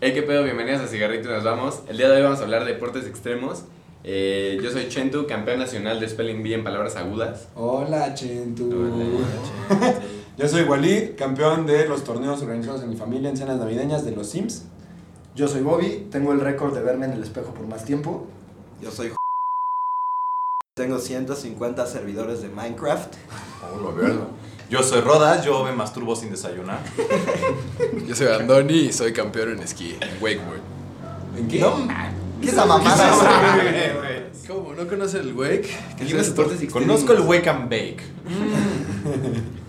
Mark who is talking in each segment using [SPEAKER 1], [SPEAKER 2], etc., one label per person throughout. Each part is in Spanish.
[SPEAKER 1] Hey, qué pedo, bienvenidos a Cigarrito y Nos Vamos. El día de hoy vamos a hablar de deportes extremos. Eh, yo soy Chentu, campeón nacional de Spelling Bee en palabras agudas.
[SPEAKER 2] Hola, Chentu.
[SPEAKER 3] Uh,
[SPEAKER 1] Hola, Chentu.
[SPEAKER 2] Yo soy Walid, campeón de los torneos organizados en mi familia en cenas navideñas de los Sims.
[SPEAKER 4] Yo soy Bobby, tengo el récord de verme en el espejo por más tiempo.
[SPEAKER 5] Yo soy J- Tengo 150 servidores de Minecraft.
[SPEAKER 6] Yo soy Rodas, yo me masturbo sin desayunar.
[SPEAKER 3] Yo soy Andoni y soy campeón en esquí, en wakeboard.
[SPEAKER 2] ¿En qué?
[SPEAKER 5] ¿Qué es esa mamada?
[SPEAKER 3] ¿Cómo? ¿No conoces el wake? ¿Qué
[SPEAKER 1] Dime deportes extremos.
[SPEAKER 6] Conozco el Wake and Bake.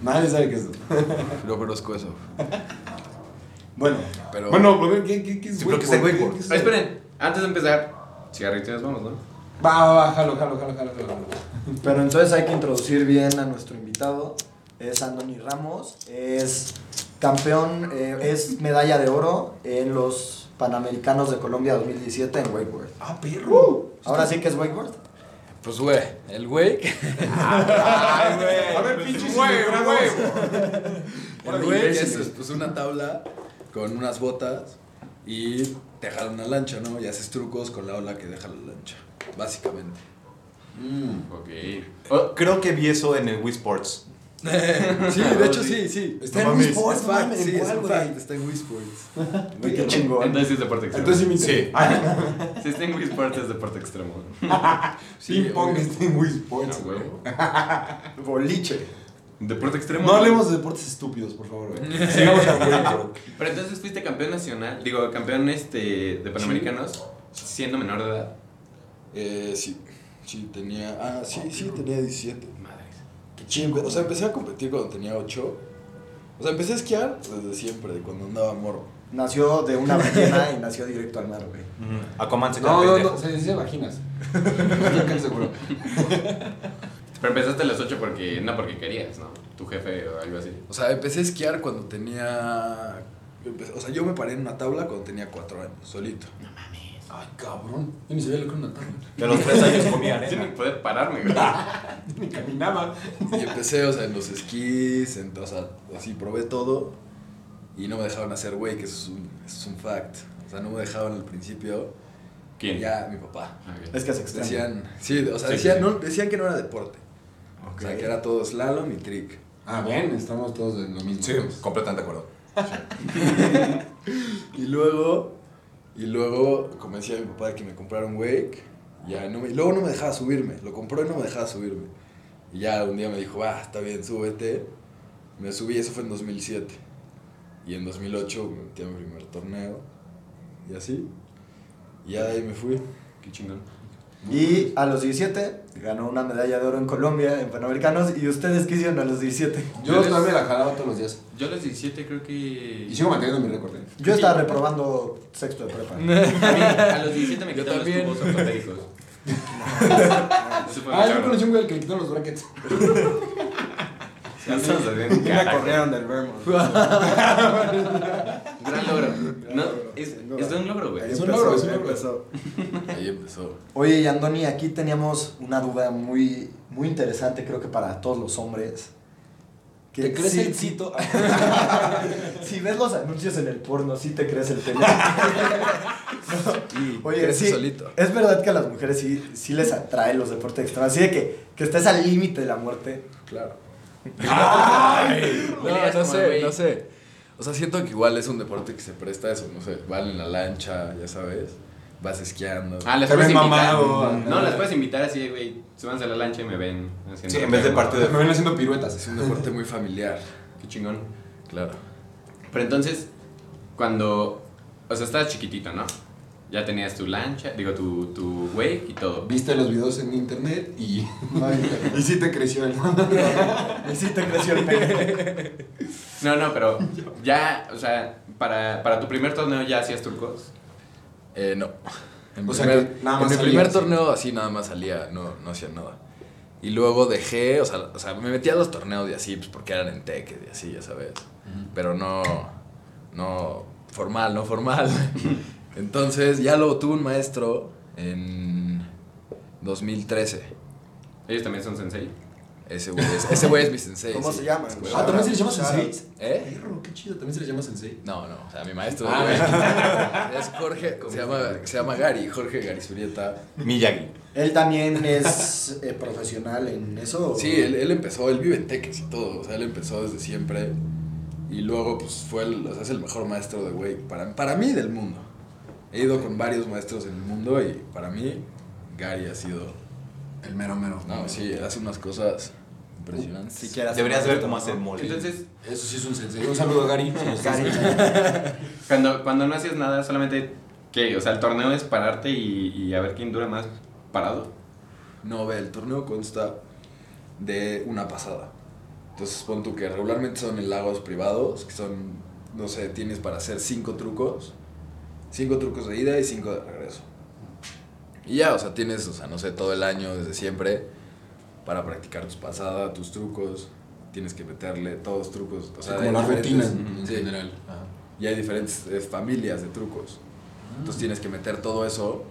[SPEAKER 2] Nadie sabe qué es.
[SPEAKER 3] No conozco eso.
[SPEAKER 2] Bueno,
[SPEAKER 3] Pero
[SPEAKER 2] bueno, pero ¿qué, qué, qué es
[SPEAKER 6] Sí, creo que es el
[SPEAKER 2] wakeboard?
[SPEAKER 6] wakeboard.
[SPEAKER 2] ¿Qué es
[SPEAKER 1] Pero Ah, esperen, antes de empezar, Cigarrito y Nos Vamos, ¿no?
[SPEAKER 2] Va, va, va, jalo, jalo, jalo, jalo. jalo.
[SPEAKER 4] Pero entonces hay que introducir bien a nuestro invitado. Es Andoni Ramos, es campeón, eh, es medalla de oro en los Panamericanos de Colombia 2017 en wakeboard.
[SPEAKER 2] Ah, perro.
[SPEAKER 4] Ahora sí que es wakeboard.
[SPEAKER 3] pues güey, el wake,
[SPEAKER 2] A
[SPEAKER 3] Pues,
[SPEAKER 2] ver, pinches involucrados.
[SPEAKER 3] el wake es pues, una tabla con unas botas y te jalan una lancha, ¿no? Y haces trucos con la ola que deja la lancha, básicamente.
[SPEAKER 1] Ok. Oh,
[SPEAKER 6] Creo que vi eso en el Wii Sports.
[SPEAKER 3] Sí, de hecho sí, sí.
[SPEAKER 2] Está
[SPEAKER 6] No
[SPEAKER 2] en
[SPEAKER 6] mames.
[SPEAKER 2] Wii Sports,
[SPEAKER 3] Es
[SPEAKER 2] no
[SPEAKER 3] fact,
[SPEAKER 2] mames,
[SPEAKER 3] sí,
[SPEAKER 2] ¿en
[SPEAKER 3] es
[SPEAKER 2] cuál,
[SPEAKER 3] un
[SPEAKER 2] güey?
[SPEAKER 3] fact, está en Wii Sports.
[SPEAKER 4] Güey, Qué chingón.
[SPEAKER 1] Oh, entonces sí es deporte extremo.
[SPEAKER 2] Entonces imita.
[SPEAKER 6] Sí.
[SPEAKER 1] Si está en Wii Sports es deporte extremo. Ah,
[SPEAKER 3] Sí,
[SPEAKER 2] Ping pong
[SPEAKER 3] obvio.
[SPEAKER 2] está en Wii Sports.
[SPEAKER 1] No, huevo.
[SPEAKER 4] Boliche.
[SPEAKER 1] Deporte extremo.
[SPEAKER 2] No hablemos de deportes estúpidos, por favor. güey. Sigamos al wakeboard.
[SPEAKER 1] Pero entonces fuiste campeón nacional, digo, campeón este, de Panamericanos, siendo menor de edad.
[SPEAKER 3] Eh, sí. Sí, tenía. Ah, sí, sí, tenía 17.
[SPEAKER 1] Madres.
[SPEAKER 3] Qué chingo. O sea, empecé a competir cuando tenía 8. O sea, empecé a esquiar desde siempre, cuando andaba morro.
[SPEAKER 4] Nació de una ballena y nació directo al mar, güey.
[SPEAKER 6] Aquaman se queda
[SPEAKER 2] No, no,
[SPEAKER 6] pendejo.
[SPEAKER 2] no, se dice vaginas. Estoy casi seguro.
[SPEAKER 1] Pero empezaste a las 8 porque, no porque querías, ¿no? Tu jefe o algo así.
[SPEAKER 3] O sea, empecé a esquiar cuando tenía. empe- O sea, yo me paré en una tabla cuando tenía 4 años, solito.
[SPEAKER 2] Ay, cabrón. Yo ni sabía lo que era una tabla.
[SPEAKER 6] De los tres años comía
[SPEAKER 1] Yo ni
[SPEAKER 6] arena.
[SPEAKER 1] poder pararme, güey.
[SPEAKER 2] Ni caminaba.
[SPEAKER 3] Y empecé, o sea, en los esquís, en, o sea, así probé todo. Y no me dejaban hacer, güey, que eso es, un, eso es un fact. O sea, no me dejaban al principio.
[SPEAKER 1] ¿Quién? Ah,
[SPEAKER 3] Ya, mi papá.
[SPEAKER 1] Ok.
[SPEAKER 4] Es que se extraña.
[SPEAKER 3] Decían, sí, o sea,
[SPEAKER 1] Sí,
[SPEAKER 3] decían,
[SPEAKER 1] sí.
[SPEAKER 3] No, decían que no era deporte. O sea, que era todo slalom y trick.
[SPEAKER 2] Ah, ven, estamos todos en lo mismo.
[SPEAKER 6] Sí, completamente de acuerdo.
[SPEAKER 3] Y luego, y luego convencí a mi papá de que me comprara un wake. Ya no me- y luego no me dejaba subirme. Lo compró y no me dejaba subirme. Y ya un día me dijo, ah, está bien, súbete. Me subí, eso fue en 2007. Y en 2008 me metí a mi primer torneo. Y así. Y ya de ahí me fui.
[SPEAKER 1] Qué chingón.
[SPEAKER 4] Y a los 17 ganó una medalla de oro en Colombia, en Panamericanos. ¿Y ustedes qué hicieron a los 17?
[SPEAKER 2] Yo todavía la jalaba todos los días.
[SPEAKER 1] Yo a los 17 creo que...
[SPEAKER 2] Y sigo manteniendo mi récord. ¿eh?
[SPEAKER 4] Yo estaba reprobando sexto de prepa.
[SPEAKER 1] A, mí, a los 17 me
[SPEAKER 3] Yo
[SPEAKER 1] quitaron los
[SPEAKER 3] también.
[SPEAKER 1] tubos ortopédicos. Eso fue muy
[SPEAKER 2] Ah, yo
[SPEAKER 1] cabrón.
[SPEAKER 2] conocí un güey al que le quitaron los brackets.
[SPEAKER 1] Ya estamos haciendo un
[SPEAKER 5] Me
[SPEAKER 1] carajo.
[SPEAKER 5] corrieron del Vermont.
[SPEAKER 1] Gran logro. No, es, es de un logro, güey.
[SPEAKER 2] Es un logro, es un
[SPEAKER 5] Ahí
[SPEAKER 2] logro.
[SPEAKER 5] empezó.
[SPEAKER 3] Ahí empezó.
[SPEAKER 4] Oye, y Andoni, aquí teníamos una duda muy, muy interesante, creo que para todos los hombres. Que
[SPEAKER 2] ¿Te crece
[SPEAKER 4] sí-
[SPEAKER 2] el
[SPEAKER 4] sí-
[SPEAKER 2] cito?
[SPEAKER 4] Si ves los anuncios en el porno, sí te crece el pene. No. Oye,
[SPEAKER 3] crece
[SPEAKER 4] sí,
[SPEAKER 3] solito.
[SPEAKER 4] es verdad que a las mujeres sí, sí les atrae los deportes extremos. Así de que, que estés al límite de la muerte.
[SPEAKER 3] Claro.
[SPEAKER 1] Huele
[SPEAKER 3] No,
[SPEAKER 1] asco,
[SPEAKER 3] no sé,
[SPEAKER 1] güey.
[SPEAKER 3] no sé. O sea, siento que igual es un deporte que se presta a eso, no sé, van en la lancha, ya sabes, vas esquiando.
[SPEAKER 1] Ah, las
[SPEAKER 2] Te
[SPEAKER 1] puedes
[SPEAKER 2] ven
[SPEAKER 1] invitar.
[SPEAKER 2] mamado.
[SPEAKER 1] No, las puedes invitar así, güey. Súbanse a la lancha y me ven. haciendo
[SPEAKER 6] Sí, en vez de
[SPEAKER 1] piernas.
[SPEAKER 6] parte de.
[SPEAKER 2] Me ven haciendo piruetas.
[SPEAKER 3] Es un deporte muy familiar,
[SPEAKER 1] Qué chingón.
[SPEAKER 3] claro.
[SPEAKER 1] Pero entonces, cuando... O sea, estabas chiquitito, ¿no? Ya tenías tu lancha, digo, tu, tu wake y todo.
[SPEAKER 2] Viste los videos en internet y. y sí te creció el.
[SPEAKER 4] Y sí te creció el pene.
[SPEAKER 1] No, no, pero ya, o sea, para, para tu primer torneo ya hacías trucos.
[SPEAKER 3] Eh, no. En,
[SPEAKER 2] O sea
[SPEAKER 3] primer,
[SPEAKER 2] que nada más
[SPEAKER 3] en mi
[SPEAKER 2] salías,
[SPEAKER 3] primer
[SPEAKER 2] sí.
[SPEAKER 3] torneo así nada más salía, no, no hacía nada. Y luego dejé, o sea, o sea, me metí a los torneos y así, pues porque eran en tech y así, ya sabes. Pero no, no formal, no formal. Entonces ya luego tuve un maestro en 2013.
[SPEAKER 1] Ellos también son sensei.
[SPEAKER 3] Ese güey es, ese güey es mi sensei.
[SPEAKER 5] ¿Cómo
[SPEAKER 3] Eh, sí.
[SPEAKER 5] se llama?
[SPEAKER 3] Ese güey.
[SPEAKER 2] Ah, ¿también se le llama
[SPEAKER 5] Shout
[SPEAKER 2] Sensei?
[SPEAKER 3] ¿Eh?
[SPEAKER 2] Perro, qué chido, también se le llama Sensei.
[SPEAKER 3] No, no, o sea, mi maestro
[SPEAKER 1] Ah,
[SPEAKER 3] güey, es Jorge, se llama, se llama Gary, Jorge Garizurieta.
[SPEAKER 6] Miyagi.
[SPEAKER 4] Él también es eh, profesional en eso.
[SPEAKER 3] Sí, él, él empezó, él vive en Teques y todo, o sea, él empezó desde siempre y luego pues fue el, o sea, es el mejor maestro de Wake para, para mí del mundo. He ido con varios maestros en el mundo y para mí Gary ha sido,
[SPEAKER 2] El mero mero.
[SPEAKER 3] no, sí, hace unas cosas impresionantes.
[SPEAKER 5] Si quieras.
[SPEAKER 6] Deberías ver cómo hacer mole.
[SPEAKER 1] Entonces,
[SPEAKER 2] Eso sí es un Sensei. Un saludo a Gary. si nos estás escuchando.
[SPEAKER 1] cuando, cuando no hacías nada, solamente, ¿qué? O sea, el torneo es pararte y, y a ver quién dura más parado.
[SPEAKER 3] No, ve, el torneo consta de una pasada. Entonces pon tú que regularmente son en lagos privados, que son, no sé, tienes para hacer cinco trucos. Cinco trucos de ida y cinco de regreso. Y ya, o sea, tienes, o sea, no sé, todo el año, desde siempre, para practicar tus pasadas, tus trucos. Tienes que meterle todos los trucos. O sea,
[SPEAKER 2] como
[SPEAKER 3] hay
[SPEAKER 2] la rutina
[SPEAKER 3] diferentes-
[SPEAKER 2] en
[SPEAKER 3] Sí.
[SPEAKER 2] general.
[SPEAKER 6] Ah.
[SPEAKER 3] Y hay diferentes eh, familias de trucos.
[SPEAKER 2] Ah.
[SPEAKER 3] Entonces tienes que meter todo eso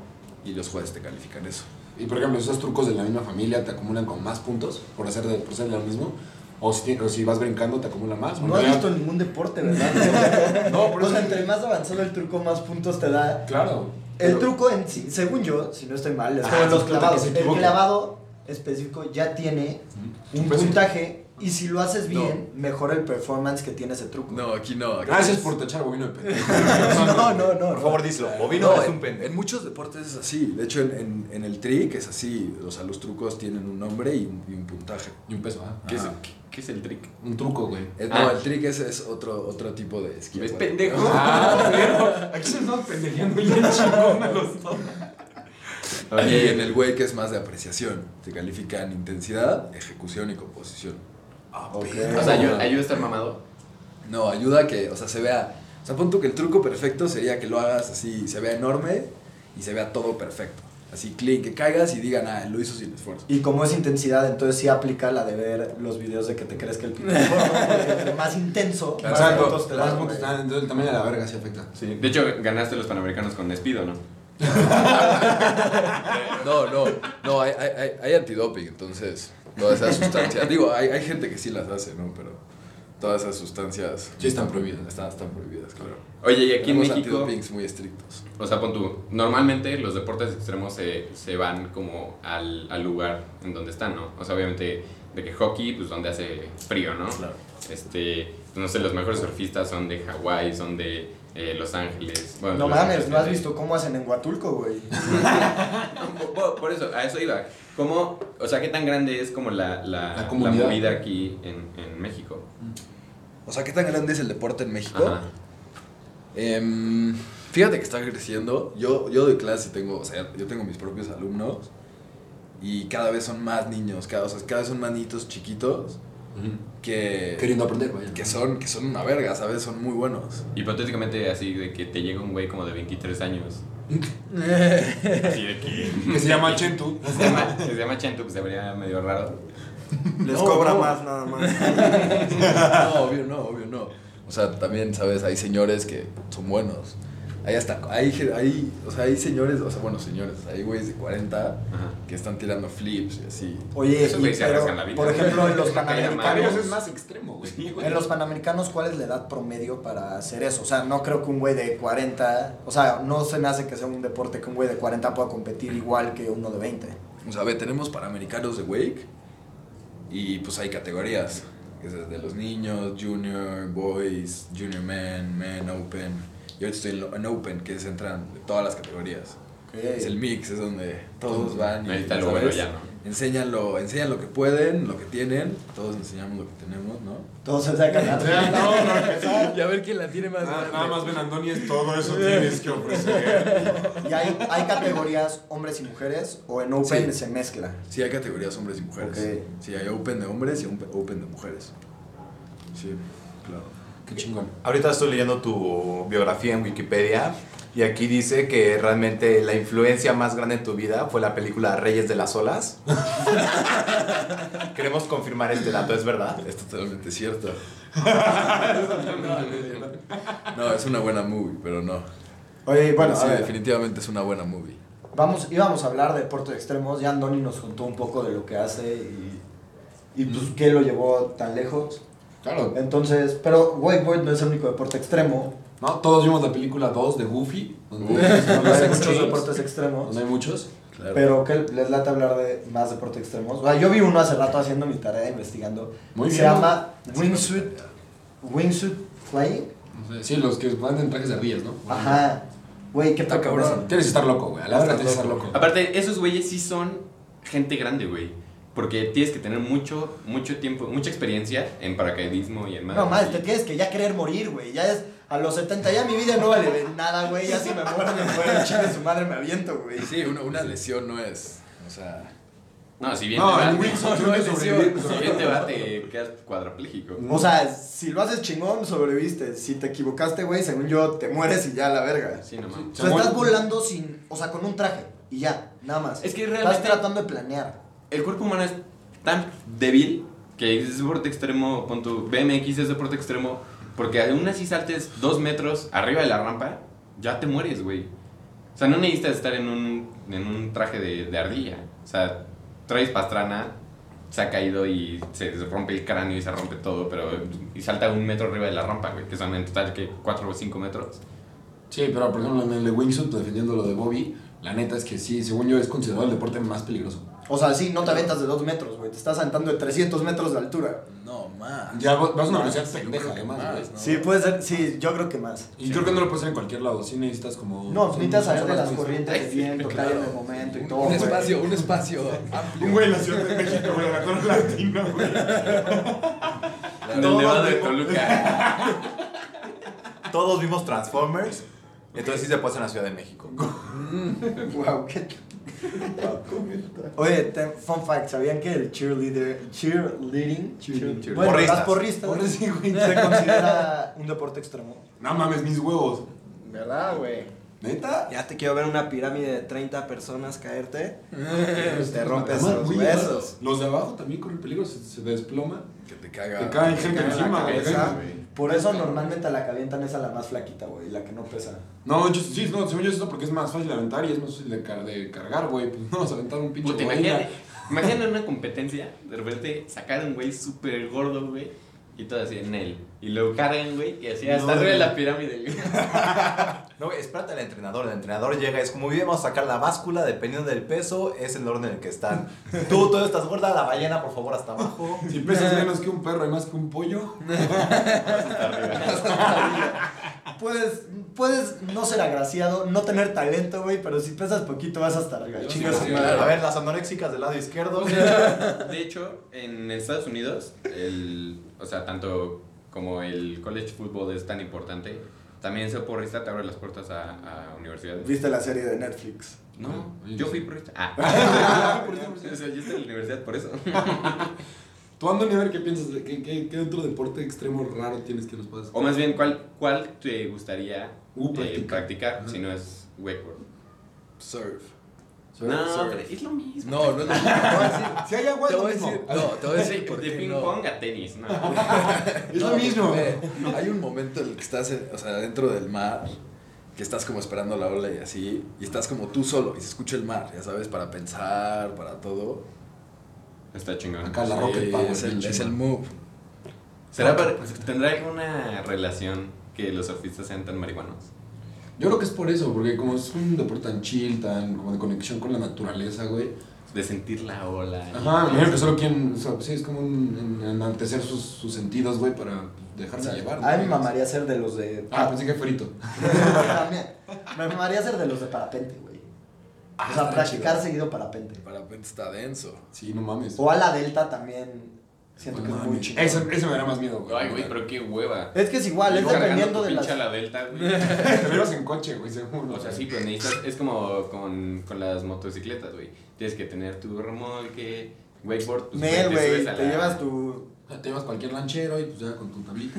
[SPEAKER 3] y los jueces te califican eso.
[SPEAKER 2] Y por ejemplo, esos trucos de la misma familia te acumulan con más puntos por hacer, de- por ser lo mismo. O si, o si vas brincando, te acumula más.
[SPEAKER 4] No
[SPEAKER 2] Bueno,
[SPEAKER 4] has
[SPEAKER 2] ya-
[SPEAKER 4] visto ningún deporte, ¿verdad?
[SPEAKER 2] No, por
[SPEAKER 4] o sea,
[SPEAKER 2] eso-
[SPEAKER 4] entre más avanzado el truco, más puntos te da.
[SPEAKER 2] Claro.
[SPEAKER 4] El
[SPEAKER 2] Pero-
[SPEAKER 4] truco, en sí, según yo, si no estoy mal, es
[SPEAKER 2] Ah,
[SPEAKER 4] como los
[SPEAKER 2] sí, claro,
[SPEAKER 4] clavados.
[SPEAKER 2] que se
[SPEAKER 4] El
[SPEAKER 2] equivoca.
[SPEAKER 4] clavado específico ya tiene un
[SPEAKER 2] Pues sí.
[SPEAKER 4] puntaje y si lo haces bien, mejora el performance que tiene ese truco.
[SPEAKER 3] No, aquí no. aquí-
[SPEAKER 2] Gracias por tachar bovino de pendejo.
[SPEAKER 4] no, no, no.
[SPEAKER 6] Por favor, díselo. Bovino
[SPEAKER 3] No, eh,
[SPEAKER 6] es
[SPEAKER 3] en-
[SPEAKER 6] un pendejo.
[SPEAKER 3] En muchos deportes es así. De hecho, en, en- en el trick es así. O sea, los trucos tienen un nombre y un, y un puntaje.
[SPEAKER 2] Y un peso, ¿ah?
[SPEAKER 1] ¿Qué, es,
[SPEAKER 3] Ajá.
[SPEAKER 1] qué- qué es el trick?
[SPEAKER 2] Un truco, güey.
[SPEAKER 3] Eh,
[SPEAKER 1] Ah.
[SPEAKER 3] No, el trick es, es otro, otro tipo de esquí.
[SPEAKER 1] ¿Ves,
[SPEAKER 3] güey.
[SPEAKER 1] pendejo?
[SPEAKER 2] Ah, pero aquí se nos pendejeando bien chingón a los dos.
[SPEAKER 3] Y
[SPEAKER 1] Oye,
[SPEAKER 3] en el güey que es más de apreciación. Se califican intensidad, ejecución y composición.
[SPEAKER 1] o sea, ayu- ayuda a estar mamado.
[SPEAKER 3] No, ayuda a que, o sea, se vea. O sea, pon tú que el truco perfecto sería que lo hagas así, se vea enorme y se vea todo perfecto. Así, clic, que caigas y digan, ah, lo hizo sin esfuerzo.
[SPEAKER 4] Y como es intensidad, entonces sí aplica la de ver los videos de que te crees que el pinche gordo, porque entre más intenso, más puntos te
[SPEAKER 2] Exacto.
[SPEAKER 4] da.
[SPEAKER 2] Más
[SPEAKER 4] güey.
[SPEAKER 2] puntos están, entonces el tamaño de la verga sí afecta.
[SPEAKER 1] Sí. De hecho, ganaste los Panamericanos con despido, ¿no?
[SPEAKER 3] No, no, no, hay, hay, hay, hay antidoping, entonces, todas esas sustancias. Digo, hay, hay gente que sí las hace, ¿no? Pero todas esas sustancias.
[SPEAKER 2] Sí están prohibidas.
[SPEAKER 3] Están, están prohibidas, claro.
[SPEAKER 1] Oye, y aquí en
[SPEAKER 3] Tenemos
[SPEAKER 1] México,
[SPEAKER 3] antidopings muy estrictos.
[SPEAKER 1] o sea, pon tú, normalmente los deportes extremos se, se van como al, al lugar en donde están, ¿no? O sea, obviamente, de que hockey, pues donde hace frío, ¿no?
[SPEAKER 3] Claro.
[SPEAKER 1] Este, no sé, los mejores surfistas son de Hawái, son de eh, Los Ángeles. Bueno,
[SPEAKER 4] No
[SPEAKER 1] Los
[SPEAKER 4] mames,
[SPEAKER 1] Ángeles,
[SPEAKER 4] ¿no has
[SPEAKER 1] de-
[SPEAKER 4] visto cómo hacen en Huatulco, güey?
[SPEAKER 1] Por- Por, por eso, a eso iba. ¿Cómo, o sea, qué tan grande es como la, la,
[SPEAKER 2] La
[SPEAKER 1] la
[SPEAKER 2] comunidad.
[SPEAKER 1] movida aquí en, en México?
[SPEAKER 3] O sea, ¿qué tan grande es el deporte en México?
[SPEAKER 1] Ajá.
[SPEAKER 3] Em, fíjate que está creciendo. Yo, yo doy clase y tengo, o sea, yo tengo mis propios alumnos. Y cada vez son más niños, cada, o sea, cada vez son más niñitos chiquitos que,
[SPEAKER 2] Queriendo aprender, vaya.
[SPEAKER 3] que, son, que son una verga, ¿sabes? Son muy buenos.
[SPEAKER 1] Hipotéticamente así de que te llega un güey como de 23 años. Así de que
[SPEAKER 2] Que se llama Chentu.
[SPEAKER 1] se llama, que se llama Chentu, pues se vería medio raro.
[SPEAKER 5] Les
[SPEAKER 3] No,
[SPEAKER 5] cobra
[SPEAKER 3] no.
[SPEAKER 5] más, nada más.
[SPEAKER 3] No, obvio no, obvio no. O sea, también, ¿sabes? Hay señores que son buenos. Hay hasta, hay, ge- hay, o sea, hay señores, o sea, bueno, señores, hay güeyes de 40
[SPEAKER 1] Ajá.
[SPEAKER 3] que están tirando flips y así.
[SPEAKER 4] Oye,
[SPEAKER 1] Esos
[SPEAKER 4] y-
[SPEAKER 1] güeyes se
[SPEAKER 4] pero,
[SPEAKER 1] arriesgan la vida.
[SPEAKER 4] por ejemplo, en los
[SPEAKER 1] Una caída
[SPEAKER 4] panamericanos.
[SPEAKER 1] madre.
[SPEAKER 2] es más extremo, güey. Ah,
[SPEAKER 4] En los panamericanos, ¿cuál es la edad promedio para hacer eso? O sea, no creo que un güey de 40. O sea, no se me hace que sea un deporte que un güey de 40 pueda competir igual que uno de 20.
[SPEAKER 3] O sea, ve, tenemos Panamericanos de Wake y pues hay categorías. que es Desde los niños, junior, boys, junior men, men, open. Yo estoy en, lo- en open, que es entran de todas las categorías. Es el mix, es donde todos van y
[SPEAKER 1] Ahí está lo
[SPEAKER 3] ¿sabes?
[SPEAKER 1] bueno ya, ¿no?
[SPEAKER 3] Enseñan lo, enseñan lo que pueden, lo que tienen. Todos enseñamos lo que tenemos, ¿no?
[SPEAKER 4] Todos se sacan la-
[SPEAKER 2] No, no, que sea.
[SPEAKER 3] Y a ver quién la tiene más.
[SPEAKER 2] Nada, Ah, nada más Ben Andoni es todo eso tienes que ofrecer.
[SPEAKER 4] Y hay, hay categorías hombres y mujeres, o en Open
[SPEAKER 3] Sí.
[SPEAKER 4] se mezcla.
[SPEAKER 3] Sí, hay categorías hombres y mujeres.
[SPEAKER 4] Ok.
[SPEAKER 3] Sí, hay open de hombres y un- open de mujeres. Sí, claro.
[SPEAKER 2] Qué chingón.
[SPEAKER 6] Ahorita estoy leyendo tu biografía en Wikipedia y aquí dice que realmente la influencia más grande en tu vida fue la película Reyes de las Olas. Queremos confirmar este dato, es verdad.
[SPEAKER 3] Es totalmente cierto. no, es una buena movie, pero no.
[SPEAKER 4] Oye, bueno,
[SPEAKER 3] Pero
[SPEAKER 4] a
[SPEAKER 3] sí,
[SPEAKER 4] ver,
[SPEAKER 3] definitivamente es una buena movie.
[SPEAKER 4] vamos, íbamos a hablar de deportes extremos. Ya Andoni nos contó un poco de lo que hace y Y pues, ¿qué lo llevó tan lejos?
[SPEAKER 2] Claro.
[SPEAKER 4] Entonces, pero wakeboard no es el único deporte extremo.
[SPEAKER 2] No, todos vimos la película 2 de Goofy, donde,
[SPEAKER 4] Donde
[SPEAKER 2] donde
[SPEAKER 4] hay
[SPEAKER 2] hay
[SPEAKER 4] muchos
[SPEAKER 2] muchos.
[SPEAKER 4] deportes extremos.
[SPEAKER 2] Donde hay muchos.
[SPEAKER 3] Claro.
[SPEAKER 4] Pero que les late hablar de más deportes extremos. O sea, yo vi uno hace rato haciendo mi tarea investigando.
[SPEAKER 2] Muy
[SPEAKER 4] se
[SPEAKER 2] bien.
[SPEAKER 4] llama Wingsuit, Wingsuit Flying.
[SPEAKER 2] Sí, los que van en trajes de rías, ¿no?
[SPEAKER 4] Ajá. Güey, qué
[SPEAKER 3] Está
[SPEAKER 4] tal
[SPEAKER 3] cabrón.
[SPEAKER 2] Tienes que estar loco, güey. A la verdad tienes
[SPEAKER 3] Estás
[SPEAKER 2] que estar
[SPEAKER 3] loco.
[SPEAKER 2] loco.
[SPEAKER 1] Aparte, esos güeyes sí son gente grande, güey. Porque tienes que tener mucho, mucho tiempo, mucha experiencia en paracaidismo y en
[SPEAKER 4] No mames, te tienes que ya querer morir, güey. Ya es a los 70 ya mi vida no vale de nada, güey. Ya si me muero, me muero, chingue su madre, me aviento, güey.
[SPEAKER 3] Y sí, una, una lesión no es. O sea.
[SPEAKER 1] No, si bien
[SPEAKER 2] No,
[SPEAKER 1] te
[SPEAKER 2] en
[SPEAKER 1] bate,
[SPEAKER 2] Wilson
[SPEAKER 3] no
[SPEAKER 2] creo que
[SPEAKER 3] es
[SPEAKER 2] sobrevive.
[SPEAKER 1] si bien te va, te quedas cuadrapléjico.
[SPEAKER 4] O sea, si lo haces chingón, sobreviviste. Si te equivocaste, güey, según yo, te mueres y ya la verga.
[SPEAKER 1] Sí, no mames.
[SPEAKER 4] O sea, estás volando sin, o sea, con un traje y ya, nada más.
[SPEAKER 1] Es que
[SPEAKER 4] Estás
[SPEAKER 1] realmente-
[SPEAKER 4] tratando de planear.
[SPEAKER 1] El cuerpo humano es tan débil que es deporte extremo, pon tu BMX es deporte extremo, porque aún así saltes dos metros arriba de la rampa, ya te mueres, güey. O sea, no necesitas estar en un, en un traje de, de ardilla. O sea, traes pastrana, se ha caído y se rompe el cráneo y se rompe todo, pero y salta un metro arriba de la rampa, güey, que son en total que cuatro o cinco metros.
[SPEAKER 2] Sí, pero por ejemplo en el de Wingsuit, defendiendo lo de Bobby, la neta es que sí, según yo, es considerado el deporte más peligroso.
[SPEAKER 4] O sea, sí, no te aventas de dos metros, güey. Te estás aventando de 300 metros de altura.
[SPEAKER 3] No más.
[SPEAKER 2] Ya vas vas a una
[SPEAKER 3] Más,
[SPEAKER 2] velocidad
[SPEAKER 3] yo creo
[SPEAKER 2] pendeja,
[SPEAKER 3] que
[SPEAKER 2] además,
[SPEAKER 3] más,
[SPEAKER 2] güey.
[SPEAKER 3] ¿no?
[SPEAKER 4] Sí, puede ser, sí, yo creo que más.
[SPEAKER 2] Y creo que no lo puedes hacer en cualquier lado, sí necesitas como...
[SPEAKER 4] No,
[SPEAKER 2] son-
[SPEAKER 4] necesitas
[SPEAKER 2] son
[SPEAKER 4] saber de
[SPEAKER 2] zonas
[SPEAKER 4] las
[SPEAKER 2] muy-
[SPEAKER 4] corrientes de
[SPEAKER 1] Ay, sí,
[SPEAKER 4] viento que hay en el momento y
[SPEAKER 3] Un,
[SPEAKER 4] todo.
[SPEAKER 3] un
[SPEAKER 4] güey.
[SPEAKER 3] espacio, un espacio amplio.
[SPEAKER 2] Un güey en la Ciudad de México, güey, la corona latina, güey.
[SPEAKER 1] En el Nevado de Toluca.
[SPEAKER 6] Todos vimos Transformers, entonces sí se pasa en la Ciudad de México.
[SPEAKER 4] Wow, qué. Oye, te- fun fact, ¿sabían que el cheerleader, cheerleading,
[SPEAKER 1] Cheer-
[SPEAKER 4] bueno,
[SPEAKER 6] Porristas.
[SPEAKER 4] las porristas,
[SPEAKER 2] Porris, sí, güey.
[SPEAKER 4] se considera un deporte extremo?
[SPEAKER 2] No mames, mis huevos.
[SPEAKER 5] ¿Verdad, güey?
[SPEAKER 2] ¿Neta?
[SPEAKER 5] Ya te quiero ver una pirámide de 30 personas caerte. te rompes
[SPEAKER 2] Además,
[SPEAKER 5] los
[SPEAKER 2] güey,
[SPEAKER 5] huesos.
[SPEAKER 2] Los de abajo también corren peligro, se, se desploma.
[SPEAKER 3] Que te caga.
[SPEAKER 2] Te caen gente
[SPEAKER 1] caen en la
[SPEAKER 2] encima, güey.
[SPEAKER 1] cabeza,
[SPEAKER 4] Por eso normalmente a la que avientan es a la más flaquita, güey, la que no pesa.
[SPEAKER 2] No, yo, sí, no, según yo es eso porque es más fácil de aventar y es más fácil de, car- de cargar, güey. Pues no, vas a aventar un pinche
[SPEAKER 1] Puta,
[SPEAKER 2] boina.
[SPEAKER 1] imagínate, imagínate una competencia, de repente sacar un güey súper gordo, güey, y todo así en él. Y lo cargan, güey, y así hasta
[SPEAKER 2] No,
[SPEAKER 1] arriba de
[SPEAKER 2] güey.
[SPEAKER 1] la pirámide, güey.
[SPEAKER 6] No, güey, espérate al entrenador. El entrenador llega, es como, bien, vamos a sacar la báscula, dependiendo del peso, es el orden en el que están. Tú, tú estás gorda, la ballena, por favor, hasta abajo.
[SPEAKER 2] Si pesas menos que un perro y más que un pollo.
[SPEAKER 4] Puedes, puedes no ser agraciado, no tener talento, güey, pero si pesas poquito vas hasta arriba.
[SPEAKER 2] Yo
[SPEAKER 4] Chinga
[SPEAKER 2] sí,
[SPEAKER 4] su
[SPEAKER 2] sí,
[SPEAKER 4] madre.
[SPEAKER 6] A ver, las anoréxicas del lado izquierdo.
[SPEAKER 1] De hecho, en Estados Unidos, el, o sea, tanto como el college football es tan importante, también ser porrista te abre las puertas a, a universidades.
[SPEAKER 4] ¿Viste la serie de Netflix?
[SPEAKER 1] No, yo fui porrista. Ah. O sea, yo estoy en la universidad por eso.
[SPEAKER 2] Tú Andoni, a ver qué piensas, de- qué, qué, qué otro deporte extremo raro tienes que nos puedas...
[SPEAKER 1] O más bien, ¿cuál, cuál te gustaría
[SPEAKER 2] Uh,
[SPEAKER 1] eh,
[SPEAKER 2] practicar.
[SPEAKER 1] practicar
[SPEAKER 2] Ajá.
[SPEAKER 1] si no es wakeboard?
[SPEAKER 3] Surf.
[SPEAKER 1] No,
[SPEAKER 3] surf.
[SPEAKER 1] pero es lo mismo.
[SPEAKER 3] No, no es lo mismo. Te voy a decir-
[SPEAKER 2] Si hay agua,
[SPEAKER 3] Te voy a decir, no, te
[SPEAKER 4] Pues
[SPEAKER 3] voy a decir por
[SPEAKER 1] de
[SPEAKER 3] qué
[SPEAKER 1] ping
[SPEAKER 3] no.
[SPEAKER 1] pong a tenis, no.
[SPEAKER 2] Es
[SPEAKER 3] No,
[SPEAKER 2] lo mismo.
[SPEAKER 3] porque, ve, Hay un momento en el que estás, en- o sea, dentro del mar, que estás como esperando la ola y así, y estás como tú solo, y se escucha el mar, ya sabes, para pensar, para todo.
[SPEAKER 1] Está chingón.
[SPEAKER 2] Acá la
[SPEAKER 3] Sí,
[SPEAKER 2] roca power.
[SPEAKER 3] es el,
[SPEAKER 2] pinche,
[SPEAKER 3] es el
[SPEAKER 2] güey.
[SPEAKER 3] move.
[SPEAKER 1] ¿Será para- ¿Tendrá alguna relación que los surfistas sean tan marihuanos?
[SPEAKER 2] Yo creo que es por eso, porque como es un deporte tan chill, tan como de conexión con la naturaleza, güey.
[SPEAKER 1] De sentir la ola. y-
[SPEAKER 2] Ajá, me imagino que solo quieren, o sea, sí, es como un, en- enaltecer sus, sus sentidos, güey, para dejarse llevar.
[SPEAKER 4] A mí
[SPEAKER 2] ¿no?
[SPEAKER 4] me mamaría ser de los de...
[SPEAKER 2] Ah, pensé que frito.
[SPEAKER 4] También. Me mamaría ser de los de parapente, güey. O sea,
[SPEAKER 3] está
[SPEAKER 4] practicar
[SPEAKER 3] chido.
[SPEAKER 4] seguido parapente.
[SPEAKER 3] El parapente está denso.
[SPEAKER 2] Sí, no mames.
[SPEAKER 4] O a la delta también. Oh, Siento
[SPEAKER 2] No
[SPEAKER 4] que es
[SPEAKER 2] mames.
[SPEAKER 4] muy chido.
[SPEAKER 2] Ese, ese me dará más miedo, güey.
[SPEAKER 1] Ay, güey, pero qué hueva.
[SPEAKER 4] Es que es igual, es
[SPEAKER 1] Yo cargando
[SPEAKER 4] dependiendo
[SPEAKER 1] tu
[SPEAKER 4] de las.
[SPEAKER 1] pinche a la delta, güey.
[SPEAKER 2] Te veo en coche, güey, seguro.
[SPEAKER 1] O sea, sí, pero necesitas... Es como con, con las motocicletas, güey. Tienes que tener tu remolque, wakeboard... pues,
[SPEAKER 4] Nel, güey,
[SPEAKER 1] subes a
[SPEAKER 4] te
[SPEAKER 1] la-
[SPEAKER 4] llevas tu.
[SPEAKER 2] O sea, Te llevas cualquier lanchero y pues ya con tu tablita.